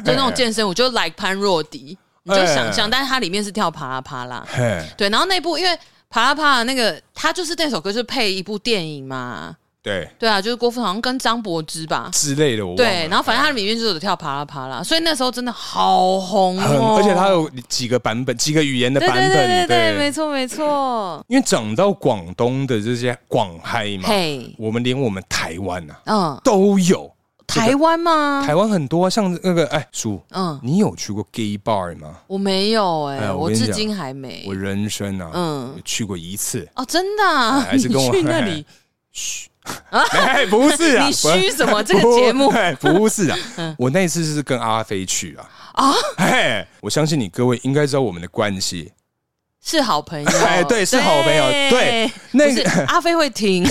就那种健身舞，就 like 潘若
哎
迪，你就想象，但是它里面是跳爬啦爬啦，
嘿，
对，然后那部因为爬啦爬啦那个，它就是那首歌是配一部电影嘛，
对
对啊，就是郭富城好像跟张柏芝吧，
之类的，我忘了
对，然后反正它里面就是有跳爬啦爬啦，所以那时候真的好红
很，
哦，
而且它有几个版本，几个语言的
对
版
对
本，
对对对，没错没错，
因为讲到广东的这些广嗨嘛，
嘿，
我们连我们台湾啊
嗯，
都有，
台湾吗？
台湾很多、啊、像那个哎叔，
嗯，
你有去过 gay bar 吗？
我没有哎、
哎呀我
我
跟你
至
讲
今还没
我。人生啊，
嗯
有去过一次，
哦，真的、啊
哎还是
[laughs] 你
跟我
去那里，
[laughs] 哎，不是啊，
[laughs] 你虚什么？这
不
个节目嗯
不 [laughs] 哎不是啊，我那一次是跟阿飞去啊
啊
啊，哎，我相信你各位应该知道我们的关系，
是好朋友，
[laughs] 哎对是好朋友对，那
那
个
是阿飞会听，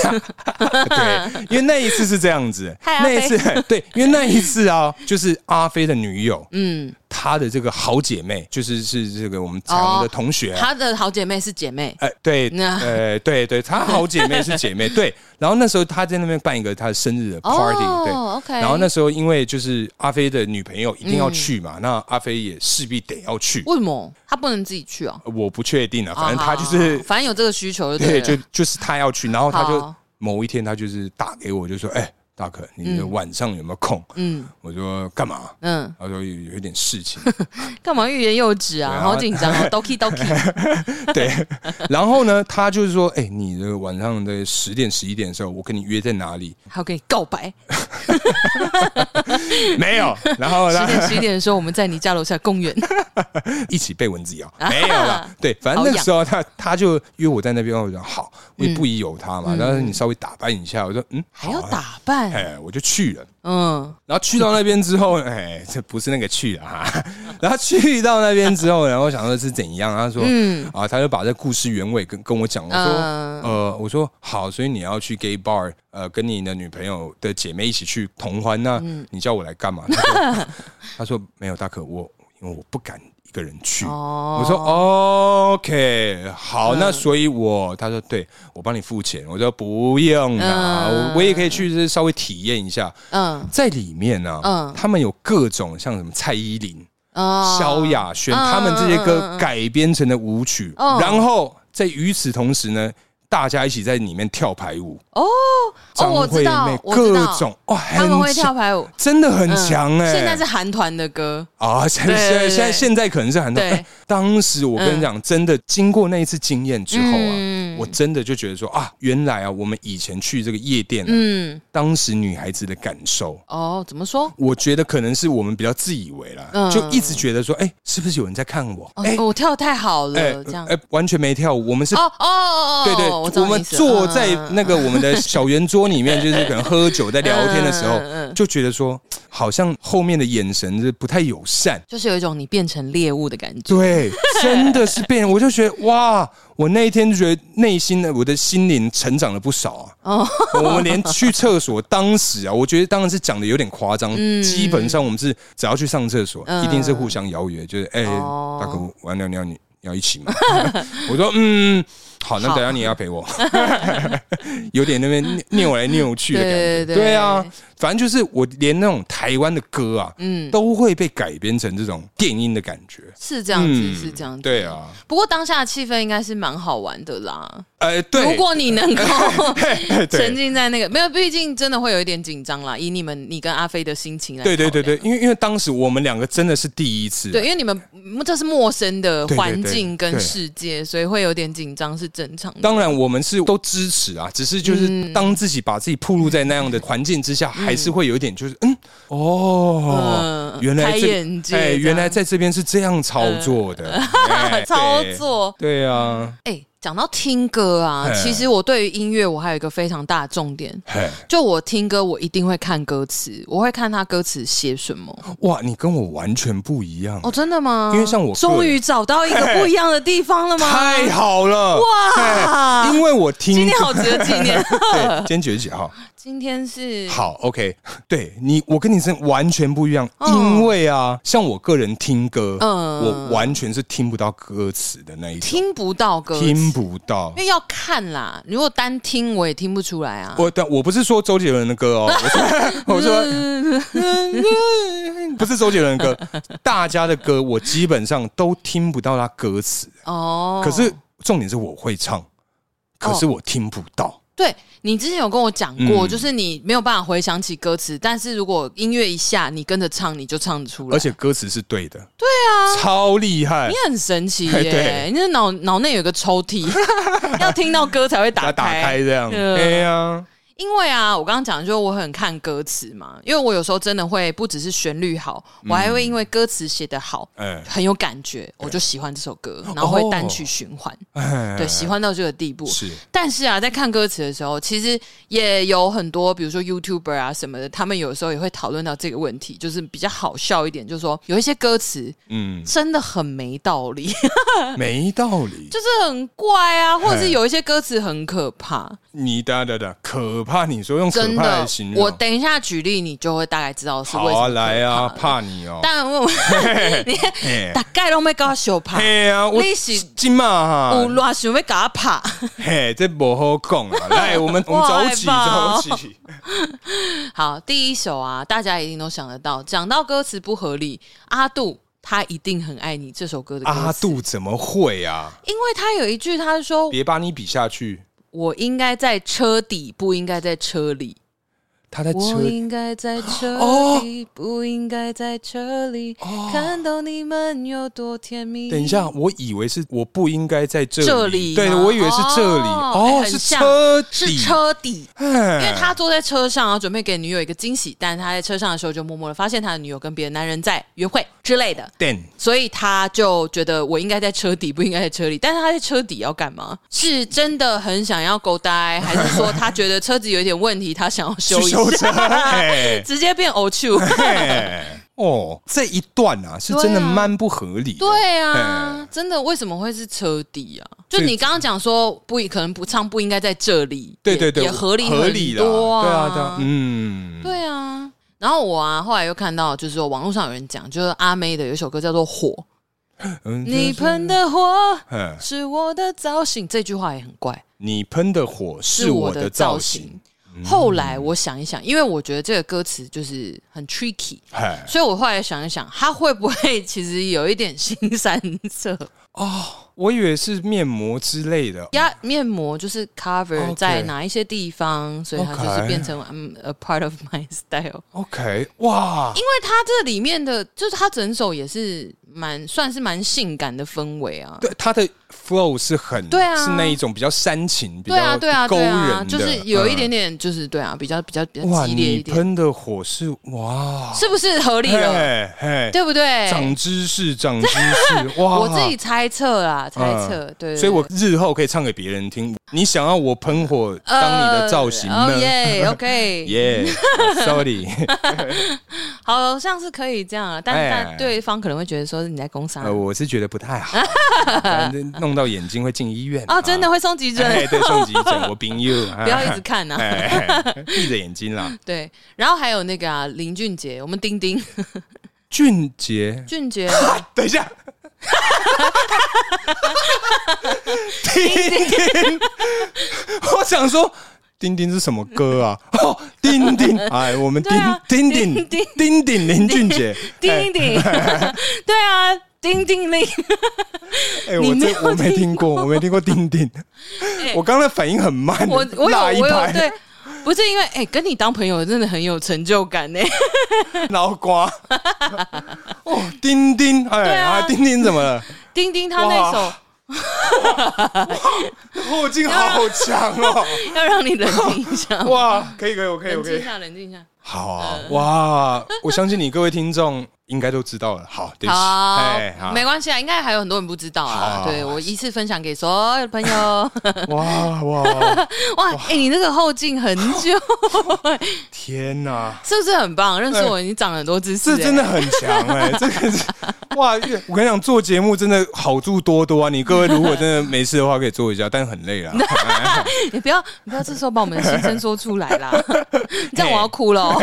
[laughs]
对， [laughs] 因为那一次是这样子，
嗨阿
那
飞
一次 [laughs] 对，因为那一次啊，就是阿飞的女友，
[laughs] 嗯，
她的这个好姐妹，就是是这个我们彩虹的同
[laughs]
学啊，
她的哦好姐妹是姐妹，
哎，对，
[laughs] 那
呃，对对，她好姐
[laughs]
妹是姐妹，对。然后那时候她在那边办一个她的生日的 party，、对。
哦，OK，嗯
然后那时候因为就是阿飞的女朋友一定要去嘛，那阿飞也势必得要去。
为什么她不能自己去哦？
我不确定啊，反正
啊
他就是、
好反正有这个需求就
对，
对
就
了，
就是他要去，然后他就
好
某一天他就是打给我，就说：“哎、大可，你的晚上有没有空？”
嗯
我说：“干嘛？”
嗯，
他说有：“有一点事情。 [laughs]
干嘛欲言又止
对
啊？
啊
好
[laughs]
紧张哦，doki doki，”
对，然后呢，他就是说：“哎、你的晚上的十点十一点的时候，我跟你约在哪
[laughs]
里
还要跟你告白。？”
没有，然后
十
他
点十一点的时候，我们在你家楼下公
[laughs]
园，
一起被蚊子
[laughs]
咬，啊没有啦。对，反正那个时候他他就约我在那边，我说好，我也不疑有他嘛。然后你稍微打扮一下，我说嗯，
嗯还要
好啊，
打扮，
哎，我就去了。
嗯，
然后去到那边之后， [laughs] 哎，这不是那个去了哈。 [laughs] 然后去到那边之后，然后我想说是怎样，他说，嗯啊，他就把这故事原委跟跟我讲，我说，
嗯
呃，我说好，所以你要去 gay bar，呃，跟你的女朋友的姐妹一起去同欢，那你叫我来干嘛？他说他说没有，大可，我因为我不敢一个人去。
哦嗯
我说 OK，好，那所以我他说对我帮你付钱，我说不用啦，
嗯
我我也可以去就是稍微体验一下。
嗯
在里面呢、
嗯
他们有各种像什么蔡依林、
哦
萧亚轩，
嗯
他们这些
嗯嗯
歌
嗯
改编成的舞曲，
哦
然后在与此同时呢，大家一起在里面跳排舞，
哦，
张
我知
惠
道
妹，
我知
各
道，
种哇，
他们会
很
跳
强，
排舞，
真的很
嗯
强哎、
现在是韩团的歌，
啊， [laughs] 现
对
现
对
在
对
现在现在可能是很多。
对
哎 [laughs] 当时我跟你讲，真的经过那一次经验之后啊
嗯，
我真的就觉得说啊，原来啊，我们以前去这个夜店啊，
嗯，
当时女孩子的感受。
哦，怎么说？
我觉得可能是我们比较自以为啦，
嗯
就一直觉得说，哎、是不是有人在看我？
哦
哎、
我跳得太好了，
哎，
这样。
哎、完全没跳舞，我们是。
哦哦哦哦，
对对，
我知道
我们
你意思
坐
嗯
在那个我们的小圆桌里
[laughs]
面，就是可能喝酒在聊天的时候，
嗯嗯嗯嗯
就觉得说，好像后面的眼神是不太友善。
就是有一种你变成猎物的感觉。
对，真的是变，我就
[laughs]
觉得哇，我那一天就觉得内心的我的心灵成长了不少啊。
哦
我们连去厕所，当时啊，我觉得当然是讲的有点夸张，
嗯
基本上我们是只要去上厕所，
嗯
一定是互相邀约，就是哎、
哦
大哥，我要尿尿，你要一起
[laughs]
吗？我说嗯，好，那
好
等一下你要陪我， [laughs] 有点那边拗拗来拗去的感觉，
对对对
啊，反正就是我连那种台湾的歌啊，
嗯，
都会被改编成这种电音的感觉，
是这样子，
嗯
是这样子。
对。啊，
不过当下的气氛应该是蛮好玩的啦。
呃，对，
如果你能够
[laughs]
沉
对。
浸在那个，没有，毕竟真的会有一点紧张啦。以你们，你跟阿飞的心情来，
对对对对，，因为因为当时我们两个真的是第一次，
对，因为你们嗯这是陌生的
对对对
环境跟
对
世界，所以会有点紧张是正常的。
当然，我们是都支持啊，只是
嗯
就是当自己把自己暴露在那样的环境之下，还是会有一点就是嗯哦，
嗯
原来
开
这哎
眼界这样嗯
原来在这边是这样操作
[laughs]
的，哎
操，作。
对对啊，
哎、讲到听歌啊，
嘿
其实我对于音乐我还有一个非常大的重点，
嘿，
就我听歌我一定会看歌词，我会看他歌词写什么。
哇，你跟我完全不一样，
哦，真的吗？
嗯因为像我个人
终于找到一个不一样的地方了吗？
太好了
哇
嘿因为我听
今天好值得纪念。
对，今天几月几号？
今天是
好，OK，对 [laughs] 你，我跟你是完全不一样，
哦
因为啊，像我个人听歌，
嗯
我完全是听不到歌词的那一种。
听不到歌词，
听听不到
因。为要看啦，如果单听我也听不出来啊。
我但我不是说周杰伦的歌哦，我说我说不是周杰伦的歌，大家的歌我基本上都听不到他歌词，
哦，
可是重点是我会唱，可是我听不到。
对你之前有跟我讲过，
嗯
就是你没有办法回想起歌词，但是如果音乐一下，你跟着唱，你就唱得出来，
而且歌词是对的，对啊，超厉害
你，很神奇
哎
耶！
[laughs] 对
你的脑脑内有个抽
[laughs]
屉，要听到歌才会打
要
开。
打开这样，
嗯
哎呀，
因为啊，我刚刚讲，就是我很看歌词嘛，因为我有时候真的会不只是旋律好，我还会因为歌词写得好，
嗯哎哦
很有感觉，我就喜欢这首歌，然后会单曲循环，
哎，
对，喜欢到这个地步。
是
但是啊，在看歌词的时候，其实也有很多，比如说 YouTuber 啊什么的，他们有时候也会讨论到这个问题，就是比较好笑一点，就是说有一些歌词
嗯，
真的很没道理，
[laughs]
[laughs]
没道理。
就是很怪啊，或者是有一些歌词很可怕，
你哒哒哒，可怕！你说用可
真
怕
的
来形。容，
我等一下举例，你就会大概知道是为
好
什么可怕
啊，
了。
来啊，怕你哦。
[laughs] 但我你
嘿
大概都没搞小怕，
嘿啊，我
你是
今嘛
有
哈，
乱想要搞怕。
嘿，这不好讲
[laughs]
啊。来，我们我们走起
哇
走起。
[laughs] 好，第一首啊，大家一定都想得到。讲到歌词不合理，阿杜他一定很爱你这首歌的歌词
阿，杜怎么会啊？
因为他有一句，他说
别把你比下去，：“
我应该在车底，不应该在车里。
他在车
我应该在车
哦
里，不应该在车里。看到你们有多甜蜜。”
等一下，，我以为是我不应该在这里，
这里吗
对我以为是这里，
哦
哦，
哎
是
很像
车
是
底，
车底。因为
为
他坐在车上，然后准备给女友一个惊喜，但是他在车上的时候就默默的发现他的女友跟别的男人在约会之类的，
Dan
所以他就觉得我应该在车底，不应该在车里。但是他在车底要干嘛？是真的很想要狗呆，还是说他觉得车子有一点问题，他想要修
去
一
修
[laughs]
车，
下？
嘿
直接变
[laughs]
偶趣。
嘿 [laughs] 哦，这一段啊是真的
对啊
蛮不合理的，
对啊，真的为什么会是车底啊？就
所以
你刚刚讲说不可能不唱不应该在这里，
对
也
对对，
也合理
合理
很
啦
多
对啊对啊，嗯，
对啊。然后我啊，后来又看到，就是说网络上有人讲，就是阿妹的有一首歌叫做《火》，
嗯
你喷，的火
嗯，
是我的造型，这句话也很怪，
你喷的火是我的造型，。
后来我想一想，因为我觉得这个歌词就是很 tricky，
哎
所以我后来想一想，它会不会其实有一点新三色？
哦，我以为是面膜之类的，
压面膜就是 cover
OK
在哪一些地方，所以它就是
OK
变成嗯 a part of my style。
OK，哇，
因为它这里面的，就是它整首也是蛮算是蛮性感的氛围啊。
对，它的 flow 是很，
对啊
是那一种比较煽情，比
对啊，
较
对啊，
勾
对啊，
人的，
就是有一
嗯
点点，就是对啊，比较比较比较
哇，
激烈
你
一点，
喷的火是哇，
是不是合理了？
嘿嘿，
对不对
长？知识，长知
[laughs]
识，哇，
我自己猜测啦，猜测，
啊
对对，
嗯所以我
对
日后可以唱给别人听。你想要我喷火当你的造型
呃
呢
哦？
[laughs]
耶，OK，
耶，sorry，
好像是可以这样啊，但
哎
但对方可能会觉得说你在啊工伤
呃，我是觉得不太好，反正弄到眼睛会进医院
哦，真的
会
会送急诊
对，，对，送急诊，我病友，
[laughs] 不要一直看呐。
哎闭着眼睛啦。
对，然后还有那个啊，林俊杰，我们丁丁
俊杰，[laughs]
俊杰，
等一下，丁丁，我想说。丁丁是什么歌啊？哦，丁丁，哎，我们
对啊
丁丁丁
丁
丁丁丁林俊杰，哎
丁
[laughs]
丁，对啊，丁丁令，
哎、
你
我
没
这
有哎
我没听过，我没听过丁丁。我刚才反应很慢，
我我有
落一
我有
拍，
对。不是因为哎、跟你当朋友真的很有成就感呢、
脑
[laughs]
瓜。哦，丁丁，哎
对啊
丁丁怎么了？
丁丁他那首
哇后劲好强哦！
要让你冷静一
[laughs]
下，
哇，可以可以，我可以
冷
我可
静一
以。
下，冷静一下。
好啊，
嗯
哇！我相信你各位听众应该都知道了。好，对不起，哎，
好，没关系啊，应该还有很多人不知道啊。
好
对我一次分享给所有的朋
[laughs]
友。
系。哇哇，
哇，哎、你那个后劲很
[laughs]
久，
天
[laughs]
哪！
是不是很棒？认识我，你长了很多知识、
这真的很强
[laughs]
哎、这个是哇！我跟你讲，做节目真的好处多多啊！你各位如果真的没事的话，可以做一下，但很累啊
[laughs]
哎啦。 [laughs]
哎，你不要，你不要这时候把我们的心声说出来啦，这样我要哭了哦。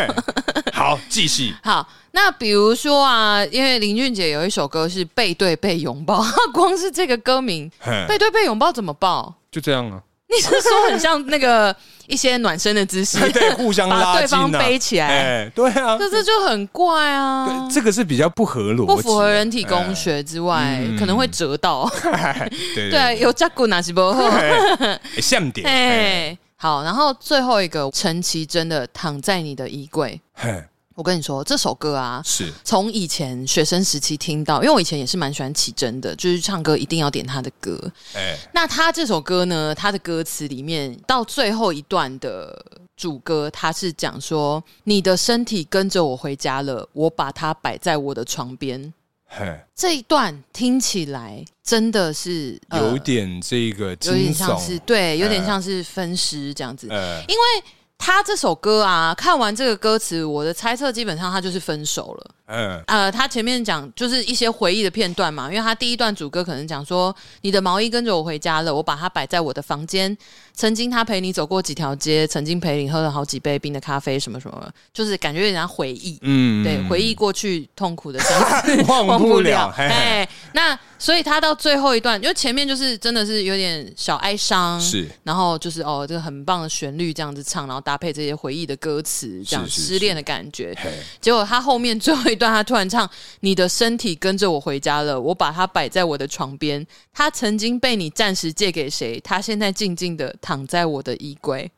好，继续。
好，那比如说啊，因为林俊杰有一首歌是《背对背拥抱》， [laughs] 光是这个歌名
哼
“背对背拥抱”怎么抱？
就这样啊，，
你是说很像那个一些暖身的姿势
[laughs] 对，互相
把
拉
对
近啊，
方背起来？
哎，对啊，
可这就很怪啊
对，这个是比较不合逻辑，啊
不符合人体工学之外，
嗯
可能会折到。
哎。对对，
[laughs] 对，有扎古哪西
[laughs]
波。
哎像
[laughs]
点，哎
哎，好，然后最后一个陈绮贞的《躺在你的衣柜》，
哎嘿
我跟你说这首歌啊，
是
从以前学生时期听到，因为我以前也是蛮喜欢绮贞的，就是唱歌一定要点她的歌。
哎
那她这首歌呢，她的歌词里面到最后一段的主歌，她是讲说：“你的身体跟着我回家了，我把它摆在我的床边。
嘿，”
这一段听起来真的是、呃
有点这个
有点
惊
像是
悚，
对，有点
嗯
像是分尸这样子。
呃，
因为他这首歌啊，看完这个歌词，我的猜测基本上他就是分手了。
嗯，
呃，他前面讲就是一些回忆的片段嘛，因为他第一段主歌可能讲说，你的毛衣跟着我回家了，我把它摆在我的房间。曾经他陪你走过几条街，曾经陪你喝了好几杯冰的咖啡，什么什么的，就是感觉有点像回忆。
嗯，
对，回忆过去痛苦
[laughs]
的相思
忘不
不
了嘿嘿
哎，那所以他到最后一段，因为前面就是真的是有点小哀伤，
是
然后就是哦，这个很棒的旋律这样子唱，然后搭配这些回忆的歌词，这样
是是
失恋的感觉。
嘿
结果他后面最后一段，他突然唱：“你的身体跟着我回家了，我把它摆在我的床边。它曾经被你暂时借给谁？它现在静静的躺在我的衣柜。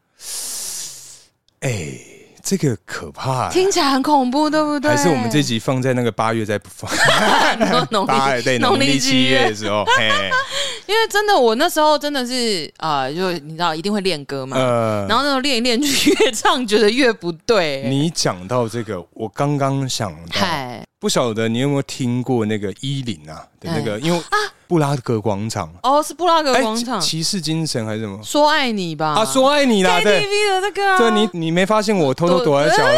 哎，这个可怕啊，
听起来很恐怖，对不对？
还是我们
[laughs]
这集放在那个八月再不放，[laughs]
农
八
历
对农历七月的时
[laughs]
候，嘿，
因为真的，我那时候真的是啊、呃就你知道一定会练歌
[laughs]
嘛，
呃
然后那种练一练，就越唱觉得越不对、
你讲到这个，我刚刚想到，
嗨
不晓得你有没有听过那个伊林啊的那个，因为布拉格广场，
哦，哎啊是布拉格
哎
广场，
骑士精神还是什么
说爱你吧，
啊？说爱你啦，对。
KTV 的那个、啊，
对你，你没发现我偷偷躲在角落？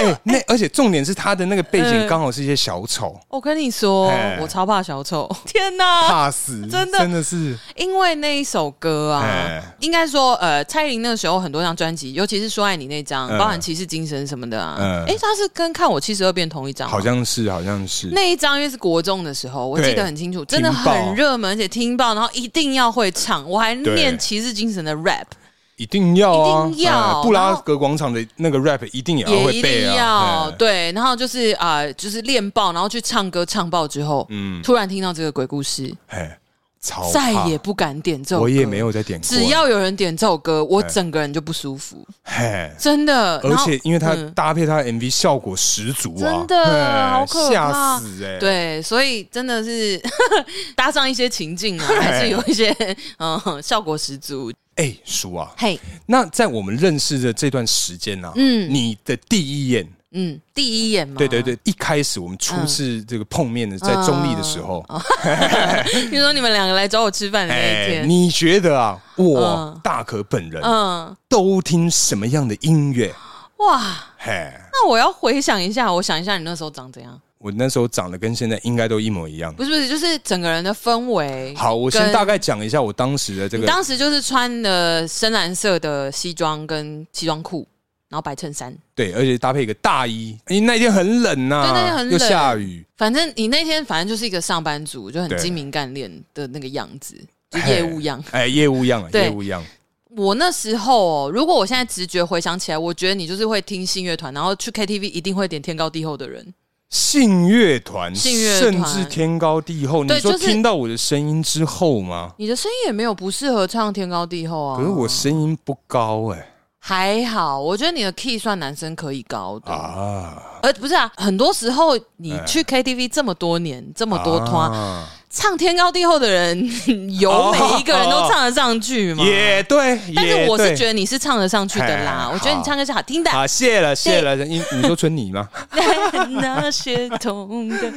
哎，那而且重点是他的那个背景
嗯
刚好是一些小丑，
我跟你说
哎，
我超怕小丑， [laughs] 天哪！
怕死，
[laughs] 真的
真的是
因为那一首歌啊
哎，
应该说，呃，蔡依林那时候很多张专辑，尤其是《说爱你》那张，
嗯
包含《骑士精神》什么的啊
嗯，
哎，他是跟《看我七十二变》同一张吗，啊
好像是，好像是。
那一张因为是国中的时候，我记
对
得很清楚，真的
听爆
很热门，而且听爆，然后一定要会唱，我还
对
念《骑士精神》的 rap，
一定要啊，
一定要
哎布
然
拉
后
格广场的那个 rap 一定也要
也一
会背
定
啊，
要
哎
对，然后就是啊、呃就是练爆，然后去唱歌，唱爆之后，
嗯，
突然听到这个鬼故事，
哎，超怕
再也不敢点这首歌，
我也没有在点过，
只要有人点这首歌，我
哎
整个人就不舒服，
嘿，
真的。
而
然后
且因为它
嗯
搭配它的 MV 效果十足啊，
真的
嘿
好可怕
吓死哎、欸！，
对，所以真的是 [laughs] 搭上一些情境啊，还是有一些 [laughs] 嗯效果十足。
哎、叔啊，
嘿，
那在我们认识的这段时间呢、啊，
嗯
你的第一眼，
嗯，第一眼嘛，
对对，对，一开始我们初次这个碰面的，
嗯
在中立的时候，
听说你们两个来找我吃饭的哦那一天，
哎你觉得啊，我、
嗯
大可本人、啊
嗯，
都听什么样的音乐？
哇，
嘿，
那我要回想一下，我想一下你那时候长怎样？
我那时候长得跟现在应该都一模一样。
不是不是，就是整个人的氛围。
好，我先
跟
大概讲一下我当时的这
你
个
当时就是穿的深蓝色的西装跟西装裤，然后白衬衫。
对，而且搭配一个大衣，因为那天很冷呐、
对那天很冷
又下雨，
反正你那天反正就是一个上班族，就很
对
精明干练的那个样子，就
嘿
业务样。
哎，业务样啊，
对
业务样，
我那时候、哦，如果我现在直觉回想起来，我觉得你就是会听信乐团，然后去 KTV 一定会点天高地厚的人。
信乐团，
信乐
甚
团
至天高地厚。你
对
说
就是
听到我的声音之后吗？
你的声音也没有不适合唱天高地厚啊。
可是我声音不高哎、
还好，我觉得你的 key 算男生可以高的。
啊，
呃，不是啊，很多时候你
哎
去 KTV 这么多年，这么多团、
啊
唱天高地厚的人， [laughs] 有
哦
每一个人都唱得上去吗？
也对，
但是我是觉
得。
得你是唱得上去的啦，
哎
我觉得你唱歌是好听的。
啊，谢了谢了，你你说春泥吗？
[laughs] 那些痛
[laughs]
的，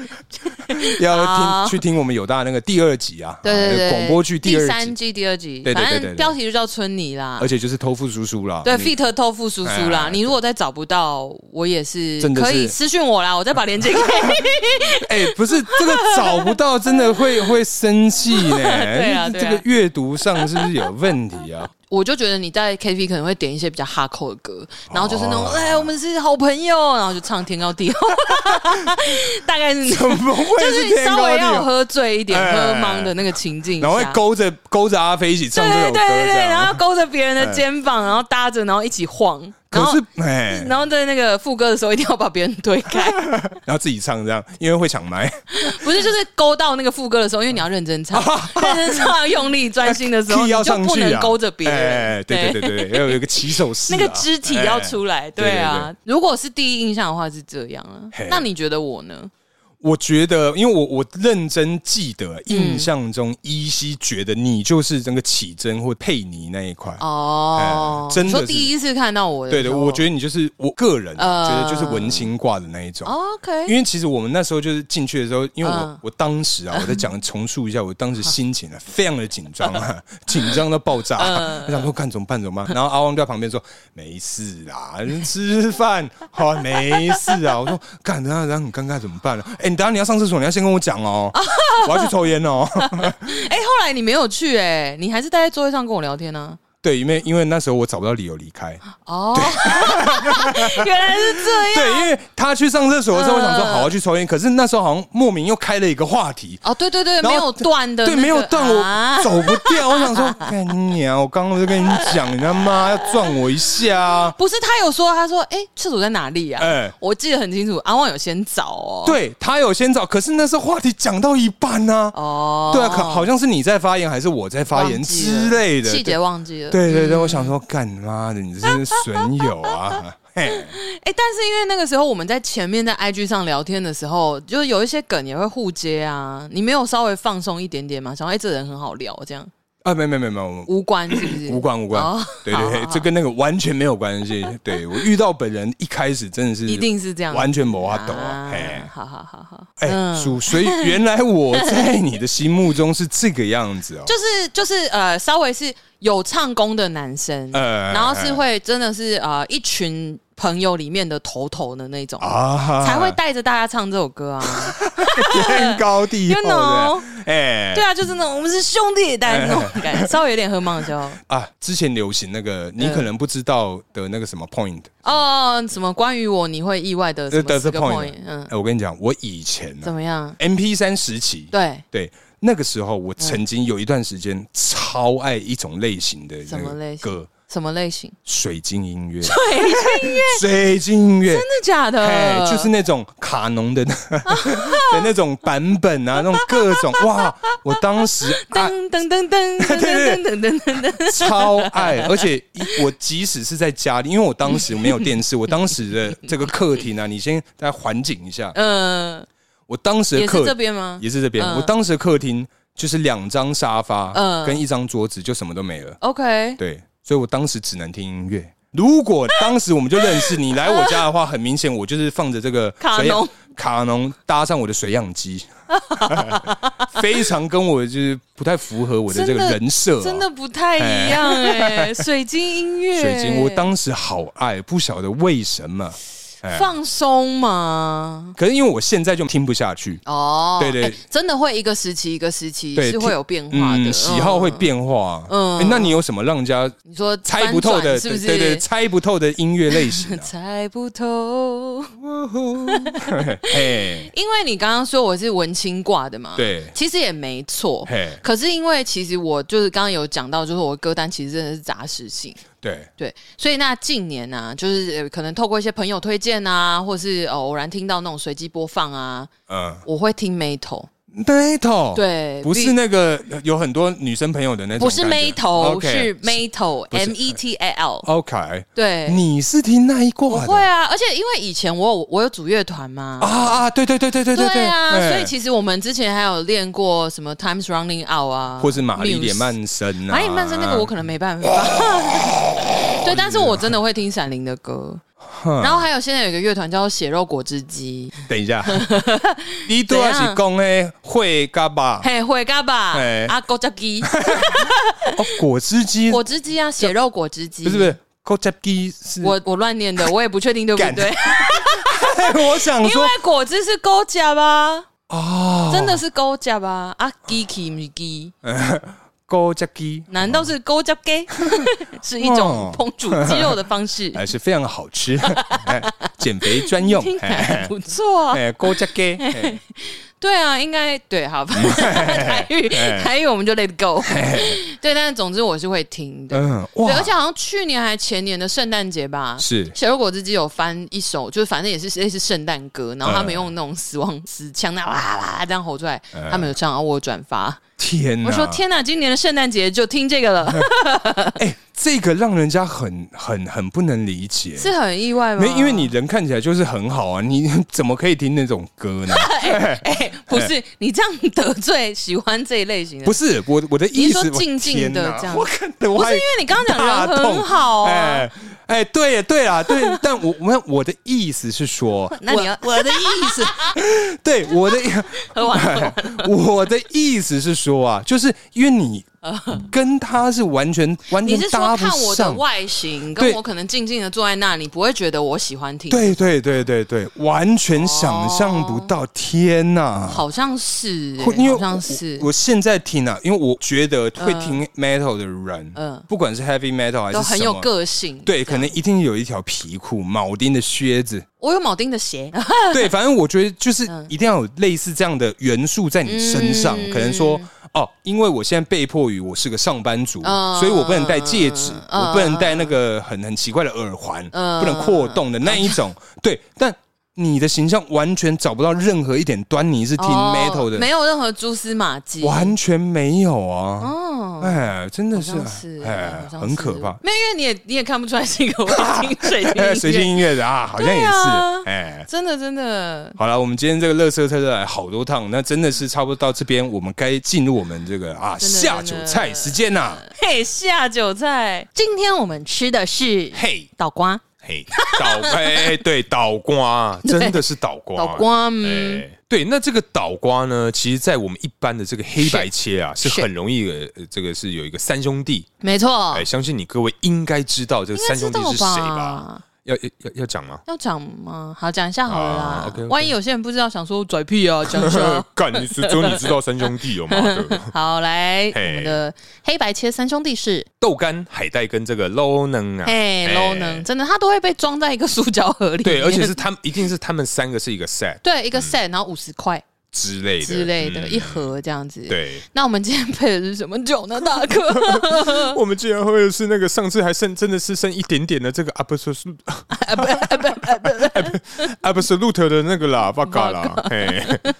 要
好
听去听我们友大那个第二集啊，
对对
啊
对，
广播剧
第
第二
三
集，
季第二集，
对对对
反
对对
正标题就叫春泥啦
而。且就是偷富叔叔啦，
对
你
，fit 豆腐叔叔啦，
哎
你如果再找不到，我也是
真的是
可以私讯我啦，我再把链接给你。 [laughs]
哎、不是这个找不到，真的会
[laughs]
会会生气呢。
对啊对啊
这个阅读上是不是有问题
[laughs]
啊？
我就觉得你在 KTV 可能会点一些比较哈扣的歌，然后就是那
哦
种哎、我们是好朋友，然后就唱天高地厚， [laughs] 大概是
怎么会
就是是
天
稍
高
微
地
要有
厚？
喝醉一点、
哎
喝懵的那个情境下，
然后会勾着勾着阿飞一起唱
对
这首
对
歌，
对对
这
对，然后
样。
勾着别人的肩膀，然后搭着，然后一起晃，然
可
后
是哎，
然后在那个副歌的时候一定要把别人推开，
[laughs] 然后自己唱这样，因为会抢麦。
不是就是勾到那个副歌的时候，因为你要认
[laughs]
真唱，认真唱用力专心的时候，
key
你
要
就
上
不
去
能
啊，
勾着别
哎
人，
对对对对，要有一个起手式啊，哎
那个肢体要出来，
对
对啊。如果是第一印象的话是这样啊
嘿，
那你觉得我呢？
我觉得，因为我我认真记得，印象中依稀觉得你就是那个启真或佩妮那一块。
哦，
哎真的
你说
是
第一次看到我的时
对
候，
对，我觉得你就是我个人
哦呃
觉得就是文青挂的那一种。
哦 OK，
因为其实我们那时候就是进去的时候，因为我、
嗯
我当时
[laughs]
啊，我在讲重述一下，我当时心情啊非常的紧张啊，紧张到爆炸、
嗯
我想说看怎么办怎么办，然后阿旺就在旁边说没事啦，吃饭好、没事啊，我说干，然后然后很尴尬怎么办呢、哎、你等下你要上厕所，你要先跟我讲
[laughs]
哦，我要去抽烟哦。
哎，后来你没有去，哎，你还是待在座位上跟我聊天啊呢。
对，因为因为那时候我找不到理由离开，
哦， [laughs] 原来是这样。
对，因为他去上厕所的时候，我想说
嗯
好好去抽烟，可是那时候好像莫名又开了一个话题，
哦，对对对，
然后
没有断的那
对，
个，
没有断，
啊
我走不
[laughs]
掉。我想说，干你娘！我刚刚就跟你讲，你他妈要撞我一下啊！
不是他有说，他说，哎、厕所在哪里呀、
哎
我记得很清楚，阿旺有先找哦。，
对他有先找，可是那时候话题讲到一半呢、
哦，
对啊，可好像是你在发言还是我在发言
忘记了
之类的。
细
对
节忘记了。嗯
对对对，我想说，干妈的，你真是损友
[laughs]
啊！嘿，
哎、但是因为那个时候我们在前面在 IG 上聊天的时候，就是有一些梗也会互接啊，你没有稍微放松一点点嘛？想说，哎、这人很好聊，这样
啊，没没没没，我们
无关是不是？
无关无关
哦。
对对对，这跟那个完全没有关系。对我遇到本人一开始真的是
一定是这样，
完全没法抖啊
啊！
嘿。
好好好好，
哎、主，所以原来我在你的心目中是这个样子哦。
[laughs] 就是就是呃，稍微是有唱功的男生，
呃
然后是会真的是呃一群朋友里面的头头的那种，
啊
才会带着大家唱这首歌啊。
[laughs] 天高地厚
You know
的。哎、
对啊，就是那种我们是兄弟，带那种感觉，稍微有点喝懵的时候。
啊，之前流行那个你可能不知道的那个什么 point，
哦，嗯什么关于我你会意外的什么
的
四
这
个
point，
point，
哎
嗯、，
我跟你讲，我以前、啊、
怎么样？
MP 三时期，
对，嗯
对那个时候，我曾经有一段时间超爱一种类型的
什
那
么
个
类型
歌，
什么类型？ [laughs]
水晶音乐，
对，真
水晶音乐，
的假
哎，
的？
就是那种卡农的那 [laughs] 的那种版本啊，那种各种哇！我当时啊爱
噔噔噔噔噔噔噔噔噔噔，
超爱，而且一我即使是在家里，因为我当时没有电
[laughs]
视，我当时的这个客厅啊，你先大家环境一下，
嗯，
我当时的
也
客
是这边吗
也是这边，
嗯
我当时的客厅就是两张沙发，
嗯
跟一张桌子，就什么都没了。
？OK，
对，所以我当时只能听音乐。如果当时我们就认识你来我家的话，很明显我就是放着这个
[laughs] 卡
水
农
卡农搭上我的水养机， [laughs] 非常跟我就是不太符合我的这个
真的
人设、啊，
真的不太一样哎、水晶音乐，
水晶，我当时好爱，不晓得为什么。哎
放松嘛。
可是因为我现在就听不下去，
哦，
对对
哎真的会一个时期一个时期
对
是会有变化的，
嗯，喜好会。变化。嗯
嗯，
那你有什么让人家
你说
猜不透的，
翻转是不是？
对对对，猜不透的音乐类
[laughs]
型啊？
猜不透，
嘿，
因为你刚刚说我是文青挂的嘛，，
对，
其实也没错。
嘿，
可是因为其实我就是刚刚有讲到，就是我的歌单其实真的是杂食性，
对，
对，所以那近年呢、啊，就是呃可能透过一些朋友推荐啊，或是呃偶然听到那种随机播放啊，
嗯
我会听 metal，
，metal，，
对，
不
比
是那个呃有很多女生朋友的那种
不是
感觉
metal，
OK
是 metal
是
M E T A L，
OK，
对，
你是听那一
我
挂
会
的
啊，而且因为以前我有我有组乐团嘛。
啊啊？对对对对对对
啊，
哎
所以其实我们之前还有练过什么 Times Running Out 啊，
或是玛丽
Muse
莲曼森啊，
玛丽莲曼森那个我可能没办法。对，但是我真的会听闪灵的歌，然后还有现在有一个乐团叫做血肉果汁机，
[laughs] 等一
[laughs]
下，你都要是讲诶会嘎巴
嘿，会嘎吧
嘿，
阿果汁
[laughs]
机，
哦，果汁机
果汁机啊，血肉果汁机，
不是不是，果汁机是
我我乱念的，我也不确定对不
干
对，
[laughs] 我想
因
说
为果汁是勾甲吧。
哦，
啊真的是勾夹吧？啊，鸡 k 不是鸡，
勾加鸡，
难道是勾夹鸡？
[laughs]
是一种烹煮鸡肉的方式，
哦哎，是非常好
[laughs]
吃，哎减肥专用，
听起来
哎
不错啊。
哎，勾加
[laughs]
鸡，哎
对啊，应该对，好
嗯
吧。台语
哎
台语我们就 let it go。对，但是总之我是会听的。
嗯，
对，
哎哇
而，且好像去年还前年的圣诞节吧，
是
小肉果汁机有翻一首，就是反正也是类似圣诞歌，然后他
嗯
们用那种死亡死腔那样哇啦啦这样吼出来，他们有唱，然后我有转发，
天哪！
我说天哪，今年的圣诞节就听这个了，
[laughs] 哎，这个让人家很很很不能理解，
[laughs] 是很意外吗？
没，因为你人看起来就是很好啊，你 [laughs] 怎么可以听那种歌
[laughs]
呢？
[laughs] 哎、不是你这样得罪喜欢这一类型的，
不
是
是我我的意
你
思，
是说静静的
我天哪
这样
我看的我
不是
还
因为你刚
大
刚讲人
痛
很好啊，
哎哎，对对啦，对， [laughs] 但我我我的意思是说，
那你要
我我的意思，对我的 [laughs]
喝完了
我的意思是说啊，就是因为
[laughs]
你跟他是完全完
你
全
是说
搭不
看我的
上。
外形，
对
跟我可能静静的坐在那里，不会觉得我喜欢听？，
对对对对对，完
哦
全想象不到！天哪，
好像是、
会因为
欸，好
我
像是
我。我现在听啊，因为我觉得会听 metal 的人，嗯
嗯，
不管是 heavy metal 还是
都很
什
有
么
个性，
对，
这
可
样
能一定有一条皮裤、铆钉的靴
[laughs]
子，
我有铆钉
[laughs]
的鞋，
对，反正我觉得就是一定要有类似这样的元素在你身上，
嗯
可能说。哦，因为我现在被迫于我是个上班族，
嗯
所以我不能戴戒指，
嗯
我不能戴那个很很奇怪的耳环，
嗯
不能扩动的那一种。对，但你的形象完全找不到任何一点端倪是听
哦
metal 的，
没有任何蛛丝马迹，
完全没有啊！
哦，
哎，真的
啊
是
好像是，
哎
好，像
很可怕
嗯是。没有，因为你也你也看不出来是
[laughs]
一个我听水
哎，
晶
随性音乐的
[laughs]
啊，好像也
对啊
是，哎。
真的真的，
好了，我们今天这个乐色车车来好多趟，那真的是差不多到这边，我们该进入我们这个啊
真的
下酒
真的
菜时间啊呐、
嘿，下酒菜，今天我们吃的是
嘿，
倒瓜，
嘿，倒 [laughs] 哎、哎对，倒瓜
真的是倒瓜，
倒瓜，嗯，
哎。对，那这个倒瓜呢，其实，在我们一般的这个黑白切啊，是
嗯是
很容易的。呃这个是有一个三兄弟，
没错
哎、，相信你各位应该知道这个
应该
三
知
兄弟
道
是谁吧？？要要要要讲吗？
要讲吗？好，讲一下好了啦。
啊，OK，OK。
万一有些人不知道，想说拽屁啊，讲一下
[laughs] 干，你只只有你知道三兄弟有 [laughs] 吗？对
好，来我
嘿
们的黑白切三兄弟是，
豆干、海带跟这个 low 能啊，
哎，low 能真的，它都会被装在一个塑胶盒里面。
对，而且是他们一定是他们三个是一个 set
对一个 set，然后五十块
之类的
之类的，
嗯
一盒这样子。，
对，
那我们今天配的是什么酒呢，大 [laughs] 哥？
我们竟然喝的是那个上次还剩真的是剩一点点的这个 absolute absolute 的那个啦，巴嘎啦，哎，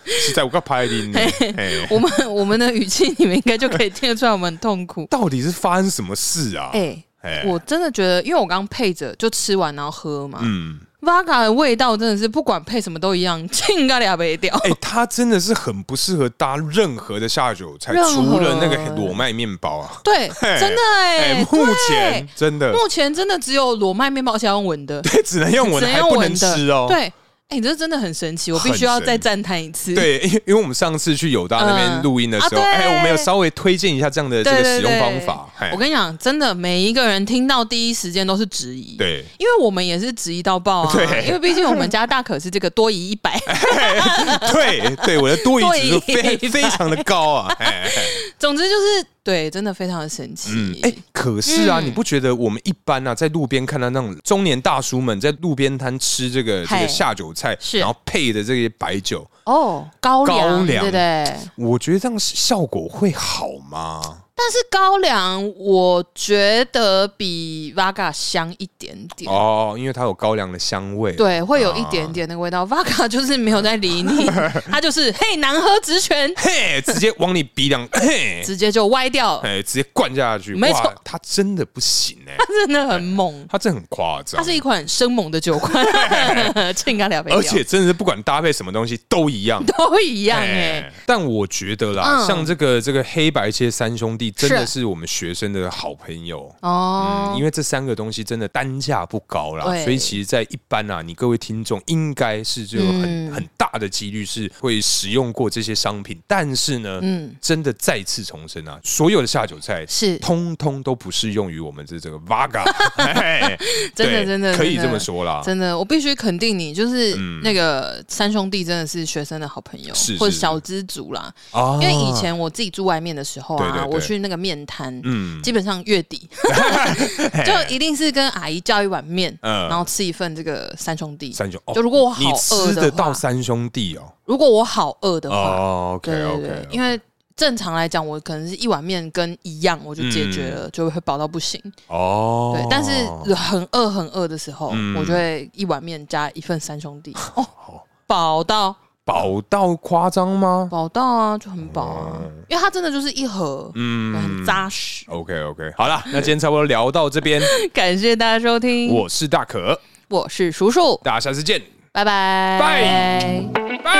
实在我个拍的呢，哎，
我们我们的语气，你们应该就可以听得出来，我们很痛苦。
到底是发生什么事啊？
哎，
哎，
我真的觉得，因为我刚配着就吃完然后喝嘛，
嗯，
Vaga 的味道真的是不管配什么都一样，浸咖喱也掉。
哎，它真的是很不适合搭任何的下酒菜，
任何
除了那个裸麦面包啊。
对，真的哎、
哎，目前真的
对目前真的只有裸麦面包是要用闻的，
[laughs] 只能用闻，
只能
还
用
不
闻
能
的。
吃哦。
对，哎、你这真的很神奇，我必须要再赞叹一次。
对，因因为我们上次去友大那边
嗯
录音的时候，
啊对
哎，我们有稍微推荐一下这样的这
对，
个
对
使用
对
方法。哎
我跟你讲，真的每一个人听到第一时间都是质疑。。
对，
因为我们也是质疑到爆
[laughs]
啊，
对
因为毕竟我们家大可是这个多疑一
[laughs]
百，
哎对对，我的多疑指数非
多 [laughs] 疑
非常的高啊！哎，
总之就是对，真的非常的神奇。
嗯哎，可是啊，
嗯
你不觉得我们一般啊，在路边看到那种中年大叔们在路边摊吃这个这
嗨
个下酒菜，
是
然后配的这些白酒，
哦，高粱，
高粱
对不对？
我觉得这样效果会好吗？
但是高粱，我觉得比 Vaga 香一点点。
哦，因为它有高粱的香味。
对，会有一点点那个味
哦
道。Vaga 就是没有在
[laughs]
理你，他就是嘿，难喝直拳，
嘿，直接往你鼻梁，嘿，
直接就歪
[laughs]
掉，
哎，直接灌下去，
没错
哇，它真的不行哎、
他真的很猛，
它真的很夸张，
它是一款生猛的酒款， [laughs] 趁干两杯，
哎而且真的是不管搭配什么东西都一样。
都一样哎、
哎但我觉得啦，
嗯
像这个这个黑白切三兄弟，真的
是
是我们学生的好朋友。
哦
嗯，，因为这三个东西真的单价不高啦，
对
所以其实，在一般啊，你各位听众应该是就有很、
嗯
很大的几率是会使用过这些商品，但是呢，
嗯
真的再次重申啊，所有的下酒菜
是
通通都不适用于我们这这个
[laughs]
Vaga，哎
真的
对
真的
可以
真的
啊
这么说啦，
真的，我必须肯定你，就是那个三兄弟真的是学学生的好朋友，
嗯是
或者
是
小资族啦。
啊
因为以前我自己住外面的时候啊，
对对对
我去那个面摊，
嗯
基本上月底 [laughs] 就一定是跟阿姨叫一碗面，
嗯
然后吃一份这个三兄弟。
三兄哦
就如果我好
你
饿
吃
的
得
话
到，三兄弟哦，
如果我好饿的话，
哦
对
，OK
对对
OK，
因为正常来讲，我可能是一碗面跟一样，我就解决
嗯
了，就会饱到不行。
哦，
对，但是很饿很饿的时候，
嗯
我就会一碗面加一份三兄弟，哦，饱到
饱到夸张吗？
饱到啊，就很饱啊，因为它真的就是一盒，
嗯
对很扎实。
，OK OK，
好啦，那今天差不多聊到这边，
感谢大家收听，
我是大可，
我是叔叔，
大家下次见，
拜拜，
拜。拜。